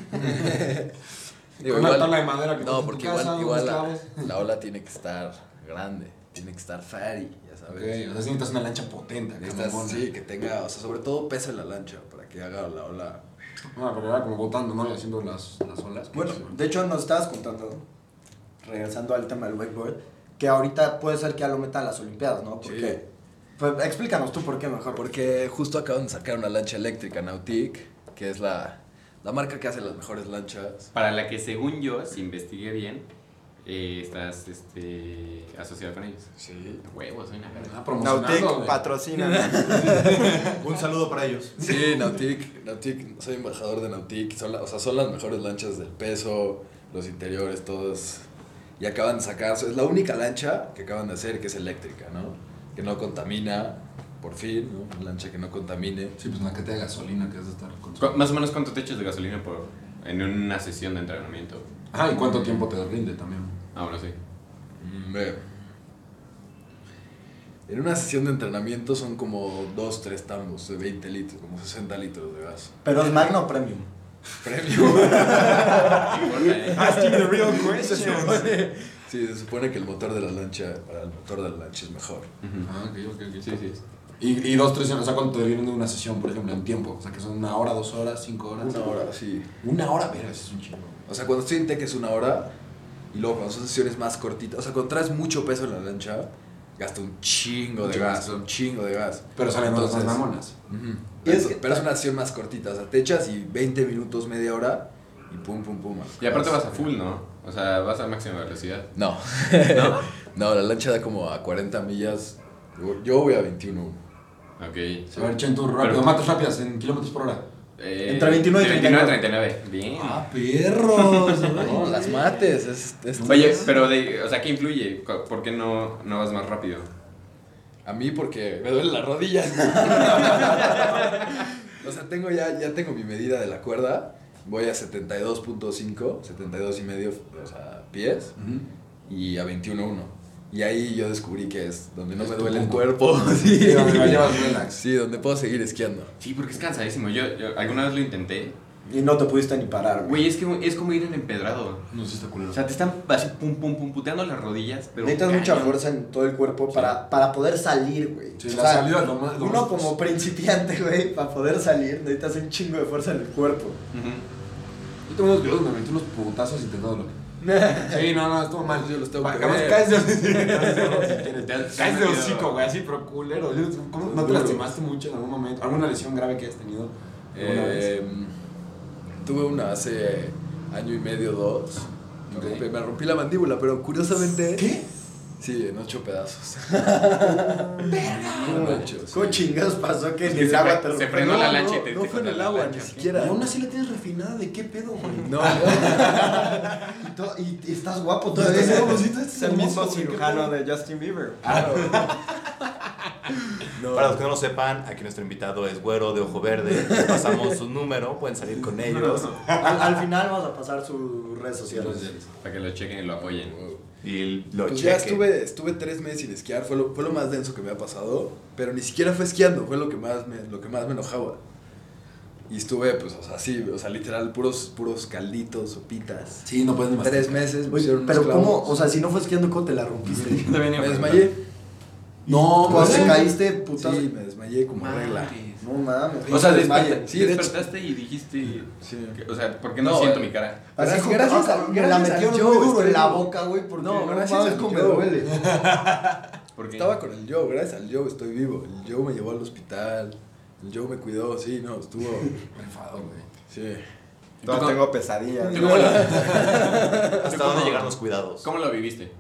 [SPEAKER 3] Digo,
[SPEAKER 2] con una
[SPEAKER 3] igual-
[SPEAKER 2] tabla de madera que
[SPEAKER 3] No,
[SPEAKER 2] tienes en
[SPEAKER 3] porque
[SPEAKER 2] tu casa,
[SPEAKER 3] igual, igual
[SPEAKER 2] unos
[SPEAKER 3] la,
[SPEAKER 2] cabos.
[SPEAKER 3] la ola tiene que estar grande, tiene que estar fatty,
[SPEAKER 2] Ok,
[SPEAKER 3] ya
[SPEAKER 2] o
[SPEAKER 3] sabes.
[SPEAKER 2] sea, sí necesitas una lancha potente, acá,
[SPEAKER 3] Estás-
[SPEAKER 2] mamona.
[SPEAKER 3] sí, que tenga, o sea, sobre todo pesa la lancha para que haga la ola.
[SPEAKER 2] No, pero era como botando, ¿no? Y haciendo las, las olas. pues,
[SPEAKER 4] Bueno, de hecho, nos estabas contando, regresando al tema del wakeboard, que ahorita puede ser que ya lo metan a las Olimpiadas, ¿no? Porque Pues, explícanos tú por qué mejor.
[SPEAKER 3] Porque justo acaban de sacar una lancha eléctrica, Nautic, que es la, la marca que hace las mejores lanchas.
[SPEAKER 1] Para la que, según yo, si investigué bien, eh, estás este, asociado con ellos.
[SPEAKER 3] Sí.
[SPEAKER 1] Huevos, soy una verga.
[SPEAKER 2] Ah, promocionando,
[SPEAKER 5] Nautic
[SPEAKER 2] güey.
[SPEAKER 5] patrocina.
[SPEAKER 6] Un saludo para ellos.
[SPEAKER 3] Sí, Nautic, Nautic, soy embajador de Nautic, son la- o sea, son las mejores lanchas del peso, los interiores, todos. Y acaban de sacar, es la única lancha que acaban de hacer que es eléctrica, ¿no? Que no contamina, por fin, ¿no? Una lancha que no contamine.
[SPEAKER 2] Sí, pues una cata de gasolina que has de estar
[SPEAKER 1] Cu-
[SPEAKER 2] consumiendo.
[SPEAKER 1] Más o menos, ¿cuánto te echas de gasolina por, en una sesión de entrenamiento?
[SPEAKER 2] Ah, ¿y cuánto tiempo te rinde también?
[SPEAKER 1] Ah, bueno, sí.
[SPEAKER 3] Mm, ve. En una sesión de entrenamiento son como 2, 3 tambos de 20 litros, como 60 litros de gas.
[SPEAKER 4] Pero es Magno Premium.
[SPEAKER 3] Premio.
[SPEAKER 1] No importa,
[SPEAKER 2] Ah,
[SPEAKER 1] ¿eh?
[SPEAKER 5] Asking the real questions.
[SPEAKER 3] Sí, se supone que el motor de la lancha, para el motor de la lancha es mejor.
[SPEAKER 1] Ujú.
[SPEAKER 2] Ah, ok, ok, ok.
[SPEAKER 1] Sí, sí.
[SPEAKER 2] Y, y dos, tres, o sea, ¿cuánto te rinde una sesión, por ejemplo, en tiempo? O sea, que son una hora, dos horas, cinco horas.
[SPEAKER 3] Una hora, sí.
[SPEAKER 2] Una hora, verga, eso es un chingo.
[SPEAKER 3] O sea, cuando estoy en tech es una hora y luego cuando son sesiones más cortitas, o sea, cuando traes mucho peso en la lancha, gasta un chingo de
[SPEAKER 2] Mucho
[SPEAKER 3] gas,
[SPEAKER 2] gasto.
[SPEAKER 3] un chingo de gas.
[SPEAKER 2] Pero salen todas las
[SPEAKER 3] Entonces-
[SPEAKER 2] mamonas.
[SPEAKER 3] Ujú.
[SPEAKER 5] Y es
[SPEAKER 3] Pero-
[SPEAKER 5] que-
[SPEAKER 3] pero es una sesión más cortita, o sea, te echas y 20 minutos, media hora y pum, pum, pum.
[SPEAKER 1] Y aparte vas a full, ¿no? O sea, vas a máxima velocidad.
[SPEAKER 3] No. ¿No? la lancha da como a 40 millas. Yo- Yo voy a 21.
[SPEAKER 1] Ok.
[SPEAKER 2] A ver, Chen, tú rápido,
[SPEAKER 1] Pero-
[SPEAKER 2] matas rápidas en kilómetros por hora.
[SPEAKER 1] Eh,
[SPEAKER 4] Entre 29 y
[SPEAKER 1] 29 39. Bien.
[SPEAKER 4] Ah,
[SPEAKER 2] perros!
[SPEAKER 3] No, las mates. Es, es-
[SPEAKER 1] Oye, pero, de, o sea, ¿qué influye? Co- ¿Por qué no, no vas más rápido?
[SPEAKER 3] A mí porque me duelen las rodillas. o sea, tengo ya, ya tengo mi medida de la cuerda. Voy a 72.5, 72 y medio, o sea, pies y a 21.1. Y ahí yo descubrí que es donde no
[SPEAKER 2] Es
[SPEAKER 3] me
[SPEAKER 2] tu
[SPEAKER 3] duele el
[SPEAKER 2] punto.
[SPEAKER 3] cuerpo. Sí,
[SPEAKER 2] Sí, donde la llevas relax.
[SPEAKER 3] Sí, donde puedo seguir esquiando.
[SPEAKER 1] Sí, porque es cansadísimo. Yo, yo alguna vez lo intenté.
[SPEAKER 4] Y no te pudiste ni parar, güey.
[SPEAKER 1] Güey, es que es como ir en empedrado.
[SPEAKER 2] No sé, está culero.
[SPEAKER 1] O sea, te están así pum pum pum puteando las rodillas, pero
[SPEAKER 4] Necesitas mucha
[SPEAKER 1] cañón.
[SPEAKER 4] fuerza en todo el cuerpo para, para poder salir, güey.
[SPEAKER 2] Sí,
[SPEAKER 4] O
[SPEAKER 2] la
[SPEAKER 4] sea,
[SPEAKER 2] salida es lo más- lo
[SPEAKER 4] Uno
[SPEAKER 2] más-
[SPEAKER 4] como principiante, güey, para poder salir, necesitas un chingo de fuerza en el cuerpo.
[SPEAKER 1] Ujú.
[SPEAKER 2] Yo tengo unos videos donde me metí unos putazos y te todo lo Sí, no, no, estuvo mal. Yo los tengo
[SPEAKER 3] que
[SPEAKER 2] Además,
[SPEAKER 3] ver.
[SPEAKER 2] caes de hocico.
[SPEAKER 1] Te-
[SPEAKER 2] Caes de
[SPEAKER 1] te-
[SPEAKER 2] hocico, güey, así, pero culero. Yo- ¿cómo- ¿No te
[SPEAKER 3] Duro.
[SPEAKER 2] lastimaste mucho en algún momento? ¿Alguna lesión grave que hayas tenido alguna vez?
[SPEAKER 3] Eh, tuve una hace año y medio, dos. Me
[SPEAKER 2] Ok.
[SPEAKER 3] rompí- Me rompí la mandíbula, pero curiosamente.
[SPEAKER 2] ¿Qué?
[SPEAKER 3] Sí, en ocho pedazos.
[SPEAKER 4] ¿Cómo,
[SPEAKER 3] En ocho, sí.
[SPEAKER 4] cómo chingados pasó que
[SPEAKER 1] Es
[SPEAKER 4] ni
[SPEAKER 1] que
[SPEAKER 4] el
[SPEAKER 1] se fre-
[SPEAKER 4] agua te
[SPEAKER 1] se
[SPEAKER 4] lo-
[SPEAKER 1] frenó
[SPEAKER 4] No,
[SPEAKER 1] la
[SPEAKER 4] no,
[SPEAKER 1] lancha y te diste
[SPEAKER 3] No fue en
[SPEAKER 1] con
[SPEAKER 3] el
[SPEAKER 1] la
[SPEAKER 3] agua,
[SPEAKER 1] lancha,
[SPEAKER 3] ni
[SPEAKER 1] ¿ok?
[SPEAKER 2] Y
[SPEAKER 3] siquiera.
[SPEAKER 2] aún así la tienes refinada, ¿de qué pedo, güey?
[SPEAKER 3] Ah, No,
[SPEAKER 4] Y, to- y- y estás guapo todavía.
[SPEAKER 2] Entonces, ¿cómo si tú
[SPEAKER 5] Es
[SPEAKER 2] estás
[SPEAKER 5] el mismo
[SPEAKER 2] hermoso, güey, qué
[SPEAKER 5] cirujano
[SPEAKER 2] pedo?
[SPEAKER 5] de Justin Bieber.
[SPEAKER 3] no.
[SPEAKER 6] Para los que no lo sepan, aquí nuestro invitado es güero de ojo verde. Les pasamos su número, pueden salir con ellos.
[SPEAKER 4] Al, al final vamos a pasar sus redes sociales.
[SPEAKER 1] Para que lo chequen y lo apoyen.
[SPEAKER 6] Y lo
[SPEAKER 3] Pues ya
[SPEAKER 6] chequen.
[SPEAKER 3] estuve, estuve tres meses sin esquiar, fue lo, fue lo más denso que me ha pasado, pero ni siquiera fue esquiando, fue lo que más me, lo que más me enojaba. Y estuve, pues, o sea, sí, o sea, literal, puros, puros calditos, sopitas.
[SPEAKER 2] Sí, no puedes ni
[SPEAKER 3] Tres meses, me
[SPEAKER 4] Oye,
[SPEAKER 3] pusieron unos
[SPEAKER 4] pero cómo,
[SPEAKER 3] clavos.
[SPEAKER 4] o sea, si no fue esquiando, ¿cómo te la rompiste?
[SPEAKER 3] me desmayé.
[SPEAKER 2] No,
[SPEAKER 4] ¿Cómo
[SPEAKER 2] pues
[SPEAKER 4] te
[SPEAKER 2] sí.
[SPEAKER 4] caíste, putas?
[SPEAKER 3] Sí, me desmayé como regla.
[SPEAKER 4] No mames.
[SPEAKER 1] O sea,
[SPEAKER 4] te
[SPEAKER 1] desperta-
[SPEAKER 3] Sí, de hecho.
[SPEAKER 1] despertaste y dijiste,
[SPEAKER 3] Sí.
[SPEAKER 1] que- o sea, ¿por qué no,
[SPEAKER 3] No,
[SPEAKER 1] siento
[SPEAKER 3] eh.
[SPEAKER 1] mi cara?
[SPEAKER 4] Así
[SPEAKER 3] Gracias-
[SPEAKER 4] como,
[SPEAKER 3] gracias
[SPEAKER 4] ah,
[SPEAKER 3] al-
[SPEAKER 4] me la
[SPEAKER 3] gracias al
[SPEAKER 4] metieron
[SPEAKER 3] yo,
[SPEAKER 4] muy duro en
[SPEAKER 3] estoy
[SPEAKER 4] la
[SPEAKER 3] vivo.
[SPEAKER 4] boca, güey, porque
[SPEAKER 3] No,
[SPEAKER 4] no,
[SPEAKER 3] gracias
[SPEAKER 4] sabes
[SPEAKER 3] al
[SPEAKER 4] cómo me
[SPEAKER 3] yo.
[SPEAKER 4] duele.
[SPEAKER 1] Porque
[SPEAKER 3] Estaba con el Joe, gracias al Joe estoy vivo. El Joe me llevó al hospital, el Joe me cuidó, sí, no, estuvo...
[SPEAKER 2] Enfado, güey.
[SPEAKER 3] Sí.
[SPEAKER 5] Entonces tengo pesadillas.
[SPEAKER 6] ¿Hasta dónde llegaron los cuidados?
[SPEAKER 1] ¿Cómo lo viviste?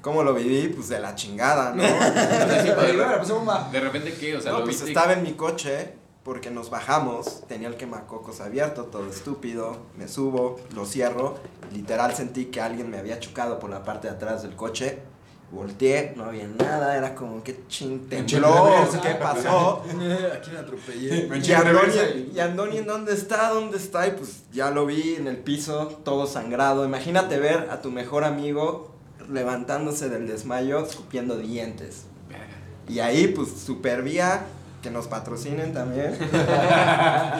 [SPEAKER 5] ¿Cómo lo viví? Pues de la chingada, ¿no?
[SPEAKER 1] O sea, sí,
[SPEAKER 2] Pero,
[SPEAKER 1] de,
[SPEAKER 2] bueno, pues, bomba.
[SPEAKER 1] de repente qué, o sea,
[SPEAKER 5] no,
[SPEAKER 1] lo
[SPEAKER 5] pues
[SPEAKER 1] viste.
[SPEAKER 5] estaba en mi coche porque nos bajamos, tenía el quemacocos abierto, todo estúpido, me subo, lo cierro, literal sentí que alguien me había chocado por la parte de atrás del coche, volteé, no había nada, era como que ching, tembló,
[SPEAKER 2] reversa.
[SPEAKER 5] ¿qué pasó?
[SPEAKER 3] ah, Aquí me atropellé.
[SPEAKER 2] Me
[SPEAKER 5] Y
[SPEAKER 2] eché en
[SPEAKER 5] Andoni,
[SPEAKER 2] reversa y-
[SPEAKER 5] y Andoni, ¿en dónde está? ¿Dónde está? Y pues ya lo vi en el piso, todo sangrado. Imagínate ver a tu mejor amigo levantándose del desmayo, escupiendo dientes. Y ahí, pues, supervía que nos patrocinen también.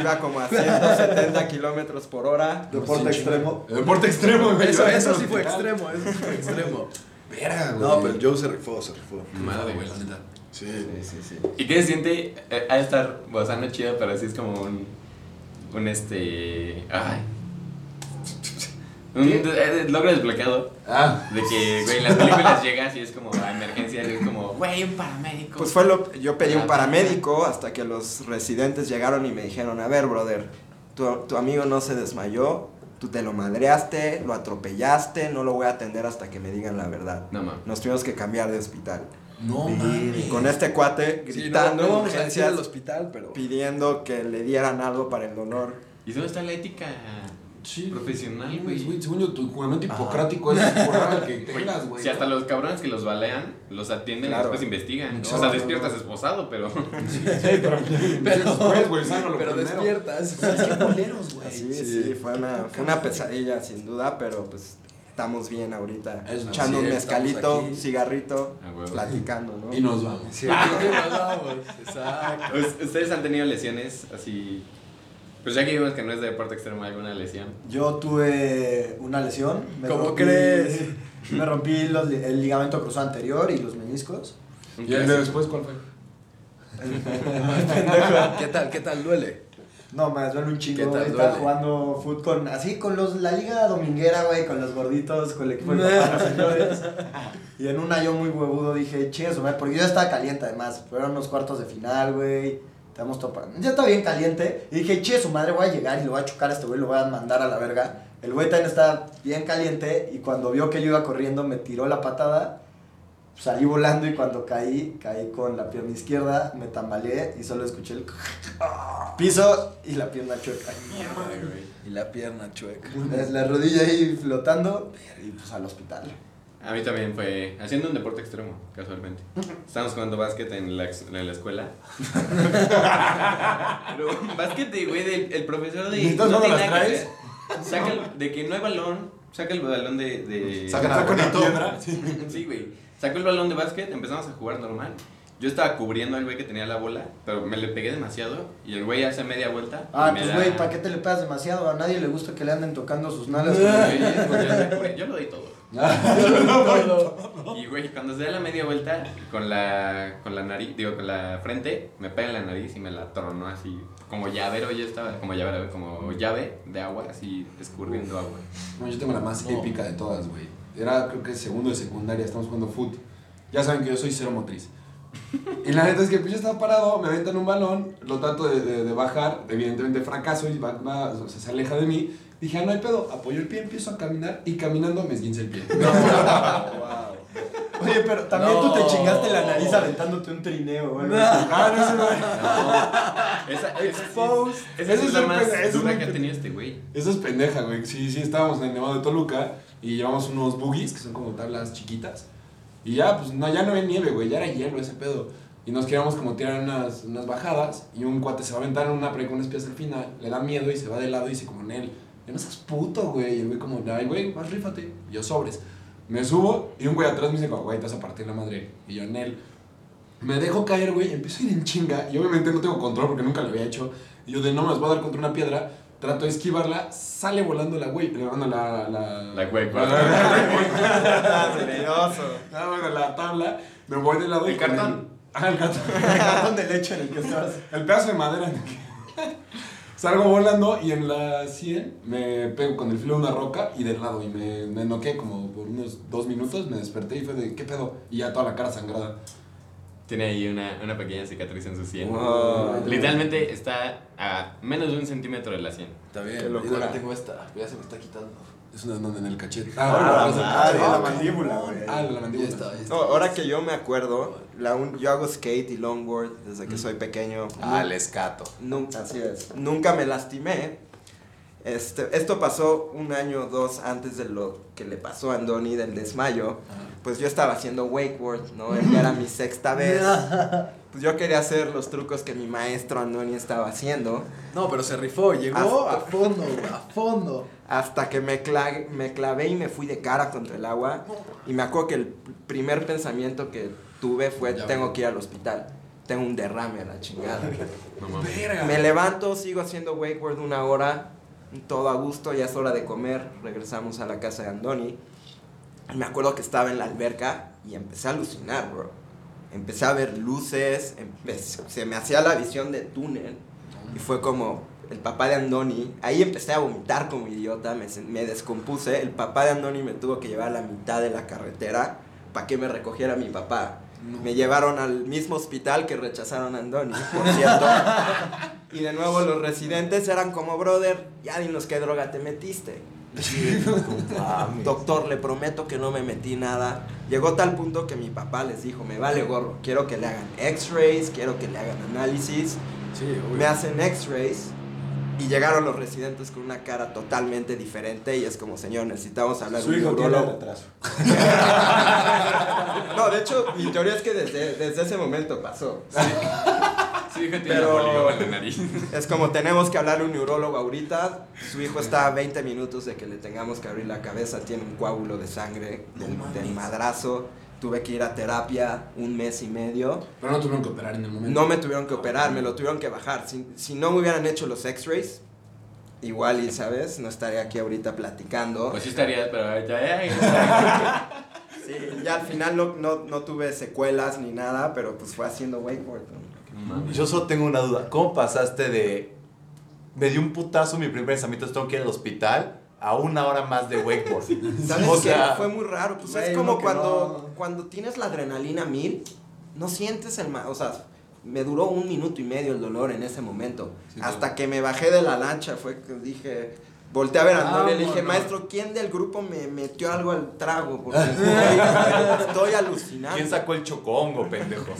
[SPEAKER 5] Iba como a 170 kilómetros por hora.
[SPEAKER 4] Deporte extremo.
[SPEAKER 2] Deporte extremo, güey.
[SPEAKER 3] Eso, eso sí fue extremo, eso sí fue extremo.
[SPEAKER 2] Verga, güey.
[SPEAKER 3] No, pero el Joe se rifó, se rifó.
[SPEAKER 1] Madre, güey.
[SPEAKER 2] la neta.
[SPEAKER 3] Sí, sí, sí.
[SPEAKER 1] ¿Y qué se siente? Eh, Ha de estar, o sea, no chido, pero así es como un, un este, ay, Un eh, logro desbloqueado.
[SPEAKER 2] Ah,
[SPEAKER 1] De que, güey, en las películas llegas y es como a emergencia y es como, güey, un paramédico.
[SPEAKER 5] Pues fue lo. Yo pedí un paramédico hasta que los residentes llegaron y me dijeron: A ver, brother, tu, tu amigo no se desmayó, tú te lo madreaste, lo atropellaste, no lo voy a atender hasta que me digan la verdad.
[SPEAKER 1] No mames.
[SPEAKER 5] Nos tuvimos que cambiar de hospital.
[SPEAKER 3] No
[SPEAKER 5] Y con este cuate
[SPEAKER 3] Sí, no,
[SPEAKER 5] gritando
[SPEAKER 3] no,
[SPEAKER 5] en
[SPEAKER 3] vamos a decir
[SPEAKER 5] urgencias,
[SPEAKER 3] al hospital, pero.
[SPEAKER 5] pidiendo que le dieran algo para el dolor.
[SPEAKER 1] ¿Y dónde está la ética
[SPEAKER 2] sí.
[SPEAKER 1] profesional,
[SPEAKER 2] Güey,
[SPEAKER 1] güey?
[SPEAKER 2] güey, según yo, tu juramento hipocrático es jurar al que tengas, güey.
[SPEAKER 1] Si hasta los cabrones que los balean, los atienden
[SPEAKER 5] Claro.
[SPEAKER 1] y después investigan. ¿no? O
[SPEAKER 2] Exacto.
[SPEAKER 1] sea, despiertas esposado, pero.
[SPEAKER 2] Pero después, güey, sácalo
[SPEAKER 3] Pero
[SPEAKER 2] primero.
[SPEAKER 3] despiertas.
[SPEAKER 5] Así,
[SPEAKER 3] sí.
[SPEAKER 5] sí, fue una, fue una pesadilla sin duda, pero pues estamos bien ahorita.
[SPEAKER 3] Es
[SPEAKER 5] echando un
[SPEAKER 3] cierto,
[SPEAKER 5] mezcalito,
[SPEAKER 3] estamos aquí.
[SPEAKER 5] cigarrito,
[SPEAKER 1] Ah, huevo.
[SPEAKER 5] platicando, ¿no?
[SPEAKER 2] Y nos vamos.
[SPEAKER 3] Sí, ¿qué más vamos? Exacto.
[SPEAKER 1] ¿Us- Pues, ¿Ustedes han tenido lesiones así? Pues ya que vimos que no es de deporte extremo alguna lesión.
[SPEAKER 4] Yo tuve una lesión.
[SPEAKER 3] ¿Cómo crees?
[SPEAKER 4] Me rompí los li- el ligamento cruzado anterior y los meniscos.
[SPEAKER 2] ¿Y el de después cuál fue?
[SPEAKER 3] ¿Qué tal? ¿Qué tal duele?
[SPEAKER 4] No, me duele un
[SPEAKER 3] ¿Qué
[SPEAKER 4] chingo.
[SPEAKER 3] tal
[SPEAKER 4] güey. Estaba
[SPEAKER 3] duele?
[SPEAKER 4] jugando fútbol con, así con los, la liga dominguera, güey, con los gorditos, con el equipo de papá, los señores. Y en una yo muy huevudo dije, chingas, madre", porque yo ya estaba caliente además. Fueron unos cuartos de final, güey. Estamos topando. Ya estaba bien caliente. Y dije, che, su madre, voy a llegar y lo voy a chocar a este güey, lo voy a mandar a la verga. El güey también estaba bien caliente y cuando vio que yo iba corriendo me tiró la patada. pues, Salí volando y cuando caí, caí con la pierna izquierda, me tambaleé y solo escuché el piso y la pierna chueca.
[SPEAKER 3] Y la pierna chueca.
[SPEAKER 4] Es La rodilla ahí flotando y pues al hospital.
[SPEAKER 1] A mí también fue haciendo un deporte extremo, casualmente. Estábamos jugando básquet en la, ex- en la escuela. Pero básquet, de, güey, del el profesor de.
[SPEAKER 2] ¿Necesitas no me
[SPEAKER 1] tiene
[SPEAKER 2] las
[SPEAKER 1] nada que
[SPEAKER 2] traes?
[SPEAKER 1] hacer. Saca el- de que no hay balón, saca el balón de. de
[SPEAKER 6] Sacan a
[SPEAKER 2] una
[SPEAKER 6] Bonito.
[SPEAKER 2] piedra. Sí.
[SPEAKER 1] Sí, güey. Sacó el balón de básquet, empezamos a jugar normal. Yo estaba cubriendo al güey que tenía la bola, pero me le pegué demasiado y el güey hace media vuelta. y
[SPEAKER 4] Ah,
[SPEAKER 1] me
[SPEAKER 4] pues
[SPEAKER 1] da-
[SPEAKER 4] güey, ¿para qué te le pegas demasiado? A nadie le gusta que le anden tocando sus nalgas.
[SPEAKER 1] Güey, pues yo, me curé, yo lo doy todo. Y güey, cuando se da la media vuelta, con la, con la nariz, digo, con la frente, me pega en la nariz y me la tronó así, como llavero, yo estaba, como llavero, como llave de agua, así escurriendo agua.
[SPEAKER 2] No, yo tengo la más épica de todas, güey. Era, creo que segundo de secundaria, estamos jugando foot. Ya saben que yo soy cero motriz. Y la neta es que el pinche estaba parado, me aventan un balón, lo trato de, de- de bajar, evidentemente fracaso y va- va- o sea, se aleja de mí. Dije, ah, no hay pedo, apoyo el pie, empiezo a caminar y caminando me esguince el pie.
[SPEAKER 4] Oye, pero también
[SPEAKER 3] No.
[SPEAKER 4] tú te chingaste la nariz aventándote un trineo, güey.
[SPEAKER 2] ah, no, ese no era.
[SPEAKER 1] Esa, esa,
[SPEAKER 2] Exposed.
[SPEAKER 1] esa
[SPEAKER 2] Ese
[SPEAKER 1] es la
[SPEAKER 2] es un
[SPEAKER 1] más
[SPEAKER 2] peda- es
[SPEAKER 1] dura
[SPEAKER 2] un
[SPEAKER 1] que ha
[SPEAKER 2] peda-
[SPEAKER 1] tenido este güey.
[SPEAKER 2] Eso es pendeja, güey. Sí, sí, estábamos en el Nevado de Toluca y llevamos unos boogies, que son como tablas chiquitas. Y ya, pues no, ya no había nieve, güey, ya era hielo ese pedo. Y nos queríamos como tirar unas, unas bajadas y un cuate se va a aventar en una pre con unas piezas al final, le da miedo y se va de lado y dice como en él, ya no seas puto, güey. Y el güey como, ay, güey, más rífate. Y yo sobres. Me subo y un güey atrás me dice como, güey, te vas a partir la madre. Y yo en él. Me dejo caer, güey, y empiezo a ir en chinga. Y obviamente no tengo control porque nunca lo había hecho. Y yo de no me las voy a dar contra una piedra. Trato de esquivarla, sale volando la güey. eh, Bueno, la. La,
[SPEAKER 1] La güey,
[SPEAKER 2] La,
[SPEAKER 1] güey.
[SPEAKER 5] Maravilloso.
[SPEAKER 2] Ah, bueno, la tabla. Me voy de lado. y
[SPEAKER 1] El
[SPEAKER 2] con
[SPEAKER 1] cartón.
[SPEAKER 2] Ah, el cartón.
[SPEAKER 4] de leche en el que estabas.
[SPEAKER 2] El pedazo de madera en el que- Salgo volando y en la 100 me pego con el filo de una roca y del lado. Y me, me noqué como por unos dos minutos. Me desperté y fue de, ¿qué pedo? Y ya toda la cara sangrada.
[SPEAKER 1] Tiene ahí una, una pequeña cicatriz en su sien.
[SPEAKER 5] Wow.
[SPEAKER 1] Ah, Literalmente está a menos de un centímetro de la sien.
[SPEAKER 3] Está bien.
[SPEAKER 5] Qué
[SPEAKER 3] yo
[SPEAKER 5] locura.
[SPEAKER 3] también tengo esta. Ya se me está quitando. pues,
[SPEAKER 2] Es una onda en el cachete.
[SPEAKER 5] Ah,
[SPEAKER 2] la-
[SPEAKER 5] madre, la
[SPEAKER 4] mandíbula, güey.
[SPEAKER 2] Ah, la
[SPEAKER 3] Ya
[SPEAKER 2] mandíbula.
[SPEAKER 3] está, ya está.
[SPEAKER 5] No, ahora que yo me acuerdo, la un- yo hago skate y longboard desde que soy pequeño.
[SPEAKER 6] Ah, el escato.
[SPEAKER 5] Nunca, así es. Nunca me lastimé. Este, esto pasó un año o dos antes de lo que le pasó a Andoni del desmayo. Pues yo estaba haciendo wakeboard, ¿no? Ya era mi sexta vez. Pues yo quería hacer los trucos que mi maestro Andoni estaba haciendo.
[SPEAKER 3] No, pero se rifó, llegó
[SPEAKER 2] Ah,
[SPEAKER 3] a fondo, güey, a fondo.
[SPEAKER 5] Hasta que me, cla- me clavé y me fui de cara contra el agua. Y me acuerdo que el primer pensamiento que tuve fue,
[SPEAKER 3] Ya
[SPEAKER 5] tengo
[SPEAKER 3] veo.
[SPEAKER 5] que ir al hospital. Tengo un derrame a la chingada.
[SPEAKER 1] No mames.
[SPEAKER 5] Me levanto, sigo haciendo wakeboard una hora, todo a gusto, ya es hora de comer. Regresamos a la casa de Andoni. Y Me acuerdo que estaba en la alberca y empecé a alucinar, bro. Empecé a ver luces, empe- se me hacía la visión de túnel y fue como, el papá de Andoni, ahí empecé a vomitar como idiota, me, sen- me descompuse, el papá de Andoni me tuvo que llevar a la mitad de la carretera para que me recogiera mi papá. Me llevaron al mismo hospital que rechazaron a Andoni, por cierto. y de nuevo los residentes eran como, brother, ya dinos qué droga te metiste. Doctor, le prometo que no me metí nada. Llegó tal punto que mi papá les dijo, me vale gorro, quiero que le hagan x-rays, quiero que le hagan análisis.
[SPEAKER 3] Sí,
[SPEAKER 5] Me hacen x-rays y llegaron los residentes con una cara totalmente diferente y es como, señor, necesitamos hablar
[SPEAKER 2] Su
[SPEAKER 5] con un
[SPEAKER 2] hijo tiene
[SPEAKER 5] neurólogo".
[SPEAKER 2] retraso.
[SPEAKER 5] No, de hecho, mi teoría es que desde, desde ese momento pasó.
[SPEAKER 1] Sí, dije, tiene
[SPEAKER 5] Pero-
[SPEAKER 1] polio en la nariz.
[SPEAKER 5] Es como, tenemos que hablar a un neurólogo ahorita, su hijo está a 20 minutos de que le tengamos que abrir la cabeza, tiene un coágulo de sangre del, del madrazo. Tuve que ir a terapia un mes y medio.
[SPEAKER 2] Pero no tuvieron que operar en el momento.
[SPEAKER 5] No me tuvieron que operar, me lo tuvieron que bajar. Si, si no me hubieran hecho los x-rays, igual y, ¿sabes? No estaría aquí ahorita platicando.
[SPEAKER 1] Pues sí estaría, pero ahorita, eh, eh.
[SPEAKER 5] Sí, ya al final no, no, no tuve secuelas ni nada, pero pues fue haciendo wakeboard. ¿no?
[SPEAKER 1] No mames.
[SPEAKER 6] Yo solo tengo una duda. ¿Cómo pasaste de. Me dio un putazo mi primer pensamiento, tengo que ir al hospital, a una hora más de wakeboard?
[SPEAKER 5] ¿Sabes
[SPEAKER 6] o
[SPEAKER 5] qué?
[SPEAKER 6] sea,
[SPEAKER 5] fue muy raro. Pues
[SPEAKER 4] Güey,
[SPEAKER 5] es como
[SPEAKER 4] uno que
[SPEAKER 5] cuando,
[SPEAKER 4] no-
[SPEAKER 5] cuando tienes la adrenalina mil, no sientes el mal. O sea, me duró un minuto y medio el dolor en ese momento. Hasta que me bajé de la lancha, fue que dije. Volteé a ver a Antonio y le dije,
[SPEAKER 2] Vámonos.
[SPEAKER 5] maestro, ¿quién del grupo me metió algo al trago? Porque estoy, estoy alucinando.
[SPEAKER 6] ¿Quién sacó el chocongo, pendejos?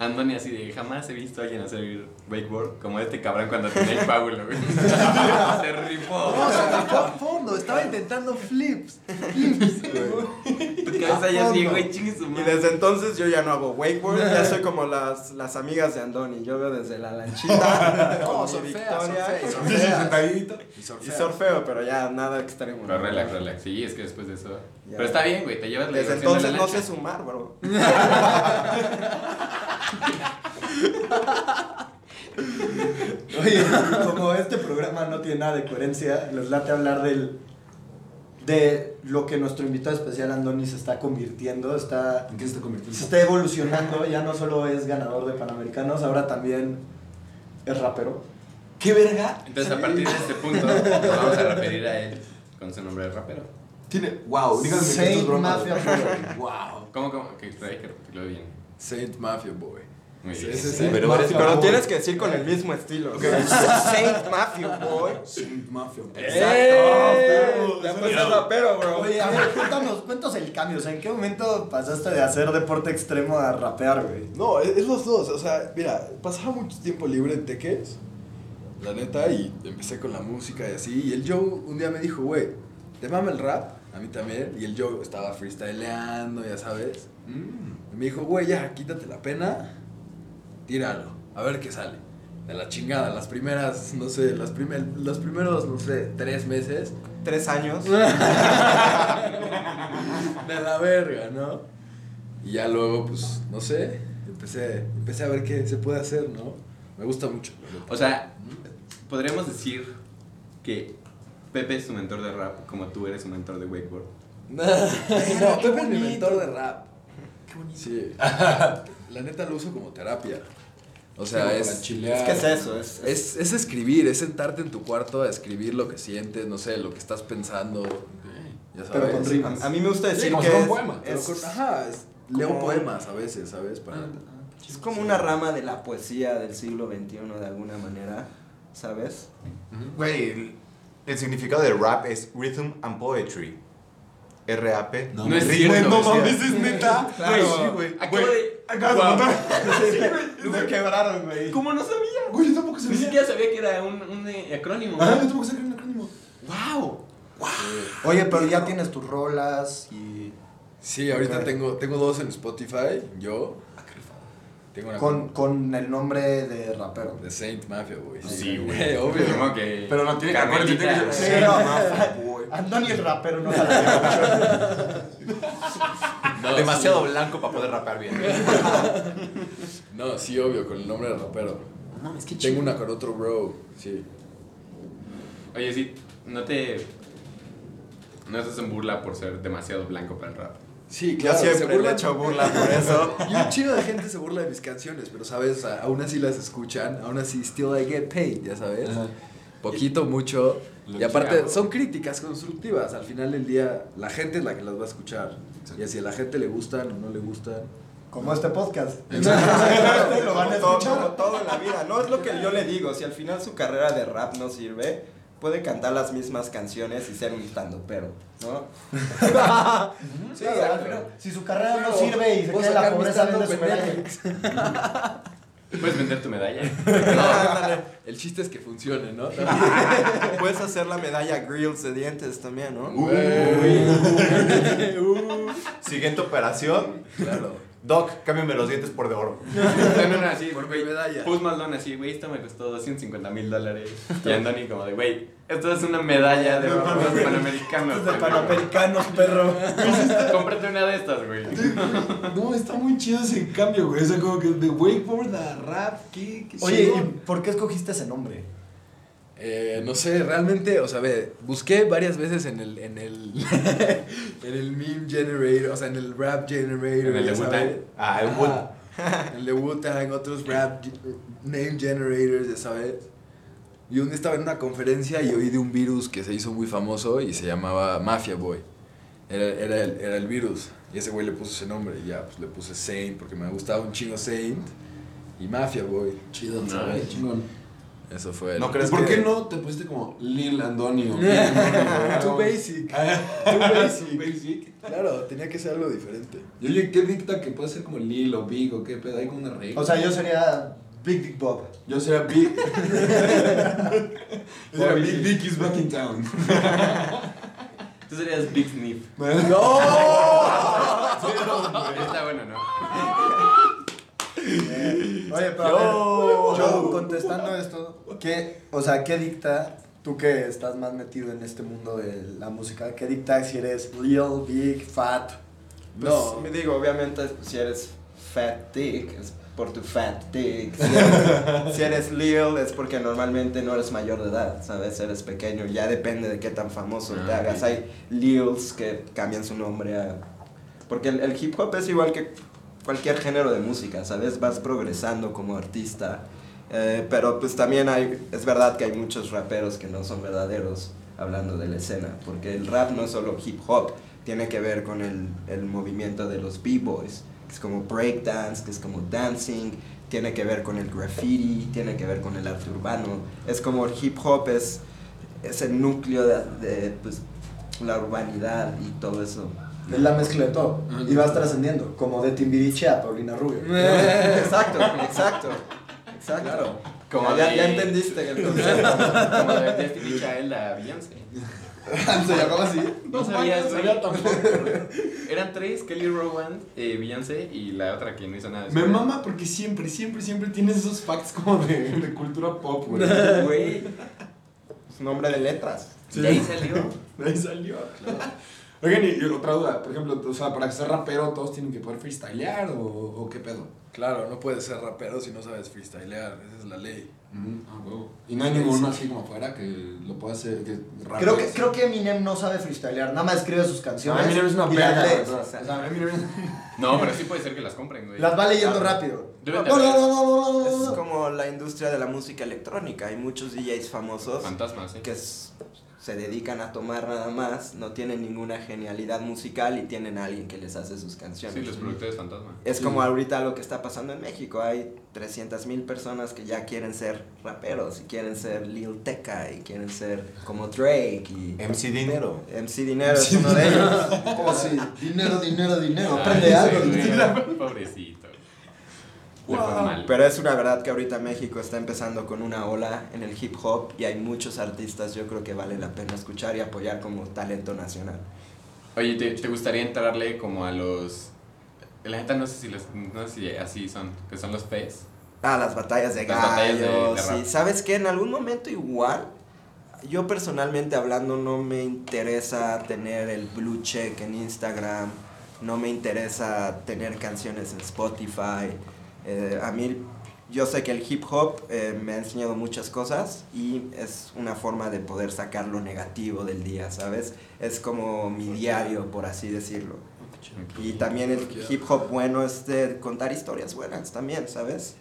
[SPEAKER 1] Andoni así de jamás he visto a alguien hacer wakeboard como este cabrón cuando tenía el Paulo, güey. Se rifó.
[SPEAKER 3] No, se tapó a fondo, estaba intentando flips. Flips, güey.
[SPEAKER 1] Tu cabeza ya así, güey, chingue su
[SPEAKER 5] Y
[SPEAKER 1] madre.
[SPEAKER 5] desde entonces yo ya no hago wakeboard, ya soy como las, las amigas de Andoni. Yo veo desde la lanchita, con mi victoria
[SPEAKER 2] Sí, sí, sentadito.
[SPEAKER 5] y surfeo, pero ya nada extremo.
[SPEAKER 1] Pero relax, relax. Sí, es que después de eso.
[SPEAKER 5] Ya.
[SPEAKER 1] Pero está bien, güey, te llevas la
[SPEAKER 5] Desde
[SPEAKER 1] diversión de
[SPEAKER 5] entonces
[SPEAKER 1] la
[SPEAKER 5] no
[SPEAKER 1] lancha.
[SPEAKER 5] sé sumar, bro.
[SPEAKER 4] Oye, como este programa no tiene nada de coherencia, les late hablar del de lo que nuestro invitado especial Andoni se está convirtiendo, está
[SPEAKER 2] ¿En qué se te convirtió?
[SPEAKER 4] se está evolucionando, ya no solo es ganador de Panamericanos, ahora también es rapero.
[SPEAKER 2] ¿Qué verga?
[SPEAKER 1] Entonces, a partir de este punto, nos vamos a referir a él con su nombre de rapero.
[SPEAKER 2] Tiene. Wow, díganme que esto
[SPEAKER 4] Saint
[SPEAKER 2] es broma.
[SPEAKER 4] Mafia Boy.
[SPEAKER 2] Wow.
[SPEAKER 1] ¿Cómo, cómo? Que hay que repetirlo bien.
[SPEAKER 3] Saint Mafia Boy.
[SPEAKER 1] Muy
[SPEAKER 3] Sí,
[SPEAKER 1] bien.
[SPEAKER 3] sí, sí.
[SPEAKER 2] Saint
[SPEAKER 6] pero
[SPEAKER 2] Mafia
[SPEAKER 6] eres-
[SPEAKER 5] Pero
[SPEAKER 2] Boy.
[SPEAKER 5] tienes que decir con el mismo estilo. Saint Matthew, boy.
[SPEAKER 2] Saint Mafia. Boy.
[SPEAKER 5] Eh, Exacto.
[SPEAKER 2] Ya
[SPEAKER 5] Después es rapero, bro.
[SPEAKER 4] Oye, a ver, cuéntanos, cuéntanos el cambio, o sea, ¿en qué momento pasaste de hacer deporte extremo a rapear, güey?
[SPEAKER 3] No, es, es los dos. O sea, mira, pasaba mucho tiempo libre en Teques, la neta, y empecé con la música y así. Y el Joe un día me dijo, güey, ¿te mama el rap? A mí también. Y el Joe estaba freestyleando, ya sabes. Y me dijo, güey, ya, quítate la pena, tíralo, a ver qué sale. De la chingada, las primeras, no sé, las primer- los primeros, no sé, tres meses,
[SPEAKER 5] Tres años.
[SPEAKER 3] de la verga, ¿no? Y ya luego, pues, no sé, empecé, empecé a ver qué se puede hacer, ¿no? Me gusta mucho. la neta.
[SPEAKER 1] O sea, podríamos decir que Pepe es tu mentor de rap, como tú eres un mentor de wakeboard.
[SPEAKER 3] No, Pepe es mi mentor de rap. Qué bonito. Sí. La neta lo uso como terapia. O sea,
[SPEAKER 2] Como para
[SPEAKER 3] es,
[SPEAKER 2] chilear.
[SPEAKER 5] ¿Qué es eso? Es,
[SPEAKER 3] es, es escribir, es sentarte en tu cuarto a escribir lo que sientes, no sé, lo que estás pensando. Ya sabes.
[SPEAKER 4] Pero con rimas.
[SPEAKER 5] a, a mí me gusta
[SPEAKER 2] Sí,
[SPEAKER 5] decir
[SPEAKER 2] como
[SPEAKER 5] que
[SPEAKER 2] si fuera un
[SPEAKER 5] es,
[SPEAKER 2] poema,
[SPEAKER 3] Pero
[SPEAKER 5] es-
[SPEAKER 3] con- ajá, es- leo
[SPEAKER 5] como-
[SPEAKER 3] poemas a veces, ¿sabes? Para,
[SPEAKER 5] es como una rama de la poesía del siglo XXI de alguna manera, ¿sabes?
[SPEAKER 6] Güey, el, el significado de rap es Rhythm and Poetry. RAP.
[SPEAKER 1] No es
[SPEAKER 6] Ritmo y
[SPEAKER 1] cierto.
[SPEAKER 6] poesía.
[SPEAKER 2] es neta.
[SPEAKER 6] Güey, sí, güey.
[SPEAKER 1] Acabo
[SPEAKER 6] Güey,
[SPEAKER 1] de.
[SPEAKER 2] acabas de
[SPEAKER 1] Guau.
[SPEAKER 2] matar.
[SPEAKER 1] Sí, güey.
[SPEAKER 2] Me quebraron, güey.
[SPEAKER 1] ¿Cómo no sabía?
[SPEAKER 2] Güey, yo tampoco
[SPEAKER 1] Ni
[SPEAKER 2] sabía.
[SPEAKER 1] siquiera sabía que era un, un eh, acrónimo.
[SPEAKER 2] Ah, yo tampoco sabía que era un acrónimo.
[SPEAKER 1] ¡Wow!
[SPEAKER 3] Ah.
[SPEAKER 4] Oye, pero ya tienes tus rolas y
[SPEAKER 3] Sí, ahorita
[SPEAKER 4] Ok.
[SPEAKER 3] tengo, tengo dos en Spotify, yo. Tengo una
[SPEAKER 4] con, con el nombre de rapero.
[SPEAKER 3] de Saint Mafia, güey.
[SPEAKER 1] Sí, güey.
[SPEAKER 3] Eh, Obvio.
[SPEAKER 1] Como que.
[SPEAKER 2] Pero no tiene que ver,
[SPEAKER 1] Carmelita.
[SPEAKER 2] tiene que-
[SPEAKER 4] Sí,
[SPEAKER 2] Saint
[SPEAKER 4] no.
[SPEAKER 2] Mafia Boy.
[SPEAKER 4] Andoni el rapero no la veo.
[SPEAKER 3] No,
[SPEAKER 6] demasiado blanco para poder rapear bien.
[SPEAKER 3] sí. No, sí, obvio, con el nombre de rapero.
[SPEAKER 2] No mames, qué
[SPEAKER 3] Tengo
[SPEAKER 2] chido.
[SPEAKER 3] una con otro bro, sí.
[SPEAKER 1] Oye, sí, no te. No estás en burla por ser demasiado blanco para el rap.
[SPEAKER 3] Sí,
[SPEAKER 6] Yo
[SPEAKER 3] claro. se
[SPEAKER 6] siempre le
[SPEAKER 3] burlan-
[SPEAKER 6] he hecho burla por eso.
[SPEAKER 3] Y un chino de gente se burla de mis canciones, pero sabes, A- aún así las escuchan, aún así still I get paid, ya sabes. Poquito, mucho.
[SPEAKER 2] Lo
[SPEAKER 3] y aparte,
[SPEAKER 2] que hago.
[SPEAKER 3] son críticas constructivas. Al final del día, la gente es la que las va a escuchar. Y si a la gente le gustan o no le gustan.
[SPEAKER 4] Como este podcast.
[SPEAKER 5] Lo
[SPEAKER 4] Lo van a
[SPEAKER 5] todo,
[SPEAKER 4] escuchar.
[SPEAKER 5] como todo en la vida, ¿no? Es lo que yo le digo, si al final su carrera de rap no sirve, puede cantar las mismas canciones y ser un stand pero, ¿no?
[SPEAKER 3] Sí,
[SPEAKER 4] Claro, al final, si su carrera no sirve y se
[SPEAKER 3] Vos
[SPEAKER 4] queda en la
[SPEAKER 3] sacar mi
[SPEAKER 4] pobreza,
[SPEAKER 3] stand-up
[SPEAKER 4] vende su
[SPEAKER 3] en
[SPEAKER 4] medalla.
[SPEAKER 3] Netflix.
[SPEAKER 1] Puedes vender tu medalla.
[SPEAKER 3] El chiste es que funcione, ¿no?
[SPEAKER 5] Puedes hacer la medalla Grills de dientes también, ¿no?
[SPEAKER 6] Siguiente operación.
[SPEAKER 3] Claro.
[SPEAKER 6] Doc, cámbiame los dientes por de oro.
[SPEAKER 1] No, no, no, así,
[SPEAKER 3] Por mi
[SPEAKER 1] güey.
[SPEAKER 3] medalla.
[SPEAKER 1] Post Malone así, güey, esto me costó 250 mil dólares. Y Andoni como de, güey, esto es una medalla de los panamericanos.
[SPEAKER 5] De
[SPEAKER 1] güey.
[SPEAKER 5] panamericanos, perro.
[SPEAKER 1] Cómprate una de estas, güey.
[SPEAKER 2] No, está muy chido ese cambio, güey. O sea, como que de wakeboard a rap, ¿qué? qué
[SPEAKER 4] Oye, ¿y
[SPEAKER 2] chingón.
[SPEAKER 4] por qué escogiste ese nombre?
[SPEAKER 3] Eh, no sé, realmente, o sea, ve, busqué varias veces en el, en el, en el meme generator, o sea, en el rap generator.
[SPEAKER 1] En el
[SPEAKER 3] ya
[SPEAKER 1] de
[SPEAKER 3] sabes.
[SPEAKER 1] Wu-Tang.
[SPEAKER 6] Ah, el wood.
[SPEAKER 3] Ajá. El de Wu-Tang, otros rap ge- name generators, ya sabes. Y un día estaba en una conferencia y oí de un virus que se hizo muy famoso y se llamaba Mafia Boy. Era, era el, era el virus. Y ese güey le puso ese nombre. Y ya, pues le puse Saint porque me gustaba un chingo Saint. Y Mafia Boy.
[SPEAKER 2] Chido,
[SPEAKER 1] No,
[SPEAKER 2] ¿sabes?
[SPEAKER 1] es
[SPEAKER 2] Chingón.
[SPEAKER 3] Eso fue. el-
[SPEAKER 6] No crees
[SPEAKER 2] ¿Por
[SPEAKER 6] que-
[SPEAKER 2] qué no te pusiste como Lil Andonio?
[SPEAKER 3] Too basic.
[SPEAKER 2] Too
[SPEAKER 3] basic.
[SPEAKER 2] basic.
[SPEAKER 3] Claro, tenía que ser algo diferente.
[SPEAKER 2] Y oye, ¿qué dicta que puede ser como Lil o Big o qué pedo? Hay como una regla.
[SPEAKER 4] O sea, yo sería Big Dick Bob.
[SPEAKER 2] yo sería Big. yo sería
[SPEAKER 4] Bobby.
[SPEAKER 2] Big Dick is back in town.
[SPEAKER 1] Tú serías Big Sniff. Está bueno, ¿no?
[SPEAKER 4] Oye, pero a ver, yo contestando esto, ¿qué, o sea, ¿qué dicta tú que estás más metido en este mundo de la música? ¿Qué dicta si eres real, big, fat?
[SPEAKER 5] No. Pues, me digo, obviamente, si eres fat dick, es por tu fat dick. Si eres, si eres lil, es porque normalmente no eres mayor de edad, ¿sabes? Eres pequeño, ya depende de qué tan famoso te
[SPEAKER 1] Ah,
[SPEAKER 5] hagas.
[SPEAKER 1] ok.
[SPEAKER 5] Hay lils que cambian su nombre a... Porque el, el hip hop es igual que cualquier género de música, ¿sabes? Vas progresando como artista. Eh, pero pues también hay, es verdad que hay muchos raperos que no son verdaderos hablando de la escena, porque el rap no es solo hip hop, tiene que ver con el, el movimiento de los b-boys, que es como breakdance, que es como dancing, tiene que ver con el graffiti, tiene que ver con el arte urbano, es como el hip hop es, es el núcleo de, de, pues, la urbanidad y todo eso.
[SPEAKER 4] Es la mezcla de todo. Y vas trascendiendo, como de Timbiriche a Paulina Rubio.
[SPEAKER 5] exacto, exacto, exacto.
[SPEAKER 1] Como
[SPEAKER 5] ya,
[SPEAKER 1] de-
[SPEAKER 5] ya entendiste el concepto.
[SPEAKER 1] Como de Destiny Child a Beyoncé.
[SPEAKER 3] ¿Se llamaba así?
[SPEAKER 1] No sabías, güey. Eran tres, Kelly Rowland, eh, Beyoncé y la otra que no hizo nada. de su
[SPEAKER 2] Me
[SPEAKER 1] vida.
[SPEAKER 2] mama porque siempre, siempre, siempre tienes esos facts como de, de cultura pop, güey.
[SPEAKER 5] Güey. Es nombre de letras.
[SPEAKER 1] De ahí salió.
[SPEAKER 2] De ahí salió, claro. Oigan, y, y otra duda, por ejemplo, o sea, para que sea rapero todos tienen que poder freestylear o, o qué pedo.
[SPEAKER 3] Claro, no puedes ser rapero si no sabes freestylear, esa es la ley.
[SPEAKER 2] Ah, huevo. Y no hay ninguno así como afuera que lo pueda hacer. Que
[SPEAKER 4] Creo que, creo que Eminem no sabe freestylear, nada más escribe sus canciones.
[SPEAKER 2] Ah, Eminem es una
[SPEAKER 4] y las
[SPEAKER 2] verga,
[SPEAKER 4] lee.
[SPEAKER 2] bro.
[SPEAKER 4] O sea,
[SPEAKER 1] No, pero sí puede ser que las compren, güey.
[SPEAKER 4] Las va leyendo
[SPEAKER 1] Ah,
[SPEAKER 4] rápido.
[SPEAKER 1] Deben de
[SPEAKER 4] No,
[SPEAKER 1] haber
[SPEAKER 4] no, no, no, no,
[SPEAKER 5] Es
[SPEAKER 4] no, no.
[SPEAKER 5] como la industria de la música electrónica. Hay muchos DJs famosos
[SPEAKER 1] fantasmas, ¿eh?
[SPEAKER 5] que s- se dedican a tomar nada más, no tienen ninguna genialidad musical y tienen a alguien que les hace sus canciones.
[SPEAKER 1] Sí, los productores fantasma.
[SPEAKER 5] Es como ahorita lo que está pasando en México. Hay 300.000 mil personas que ya quieren ser raperos y quieren ser Lil Tecca y quieren ser como Drake y
[SPEAKER 6] MC Dinero.
[SPEAKER 5] MC Dinero es uno de ellos.
[SPEAKER 4] Como si Oh, dinero, dinero, dinero.
[SPEAKER 1] Ay,
[SPEAKER 4] Aprende
[SPEAKER 1] Ah, sí,
[SPEAKER 4] algo.
[SPEAKER 1] güey,
[SPEAKER 4] dinero.
[SPEAKER 1] Pobrecito. Le fue mal.
[SPEAKER 5] Pero es una verdad que ahorita México está empezando con una ola en el hip hop y hay muchos artistas yo creo que vale la pena escuchar y apoyar como talento nacional.
[SPEAKER 1] Oye, ¿te, te gustaría entrarle como a los. La neta no sé si los. No sé si así son. Que son los pez.
[SPEAKER 5] Ah, las batallas de
[SPEAKER 1] Las batallas de- de
[SPEAKER 5] gallos.
[SPEAKER 1] rap.
[SPEAKER 5] sí. ¿Sabes qué? En algún momento igual, yo personalmente hablando no me interesa tener el blue check en Instagram, no me interesa tener canciones en Spotify. Eh, a mí, yo sé que el hip hop eh, me ha enseñado muchas cosas y es una forma de poder sacar lo negativo del día, ¿sabes? Es como mi diario, por así decirlo. Y también el hip hop bueno es de contar historias buenas también, ¿sabes?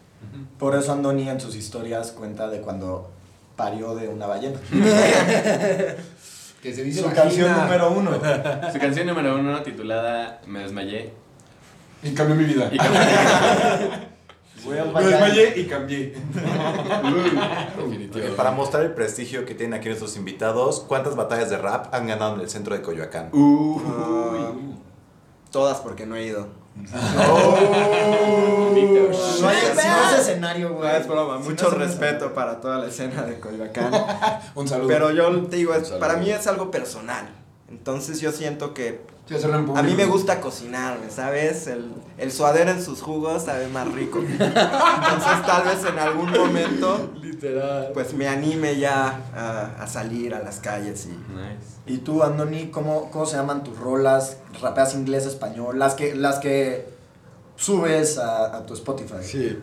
[SPEAKER 4] Por eso Andoni en sus historias cuenta de cuando parió de una ballena.
[SPEAKER 2] Que se dice
[SPEAKER 4] Su
[SPEAKER 2] vagina.
[SPEAKER 4] canción número uno.
[SPEAKER 1] Su canción número uno titulada Me desmayé.
[SPEAKER 2] Y cambió mi vida.
[SPEAKER 1] Y cambié.
[SPEAKER 4] Real
[SPEAKER 2] Me
[SPEAKER 4] Ballad.
[SPEAKER 2] desmayé y cambié.
[SPEAKER 6] Ok,
[SPEAKER 3] Definitivo.
[SPEAKER 6] para mostrar el prestigio que tienen aquí nuestros invitados, ¿cuántas batallas de rap han ganado en el centro de Coyoacán?
[SPEAKER 5] Ah, todas porque no he ido.
[SPEAKER 1] Víctor.
[SPEAKER 4] No hay si no es escenario,
[SPEAKER 5] No
[SPEAKER 4] güey.
[SPEAKER 5] es broma,
[SPEAKER 4] Si no
[SPEAKER 5] mucho
[SPEAKER 4] es
[SPEAKER 5] respeto para toda la escena de Coyoacán.
[SPEAKER 2] Un saludo.
[SPEAKER 5] Pero yo te digo, es-
[SPEAKER 3] Saludos.
[SPEAKER 5] para mí es algo personal. Entonces yo siento que
[SPEAKER 2] Sí, hacerlo en
[SPEAKER 5] a mí me
[SPEAKER 2] público.
[SPEAKER 5] gusta cocinarme, ¿sabes? El, el suadero en sus jugos sabe más rico. Entonces tal vez en algún momento
[SPEAKER 3] Literal.
[SPEAKER 5] pues me anime ya a, a salir a las calles y...
[SPEAKER 1] Nice.
[SPEAKER 4] ¿Y tú, Andoni, cómo, cómo se llaman tus rolas? ¿Rapeas inglés, español? Las que, las que subes a, a tu Spotify.
[SPEAKER 3] Sí.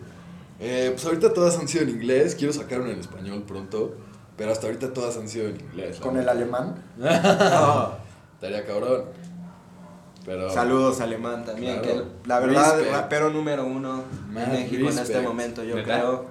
[SPEAKER 3] Eh, pues ahorita todas han sido en inglés. Quiero sacar una en español pronto. Pero hasta ahorita todas han sido en inglés. la
[SPEAKER 4] Con el
[SPEAKER 3] neta.
[SPEAKER 4] alemán.
[SPEAKER 3] Estaría cabrón. Pero.
[SPEAKER 5] Saludos alemán también,
[SPEAKER 3] Claro.
[SPEAKER 5] que la verdad
[SPEAKER 3] Respect.
[SPEAKER 5] rapero número uno
[SPEAKER 3] Mad
[SPEAKER 5] en México en este
[SPEAKER 3] respect.
[SPEAKER 5] momento, yo
[SPEAKER 1] ¿Verdad?
[SPEAKER 5] creo.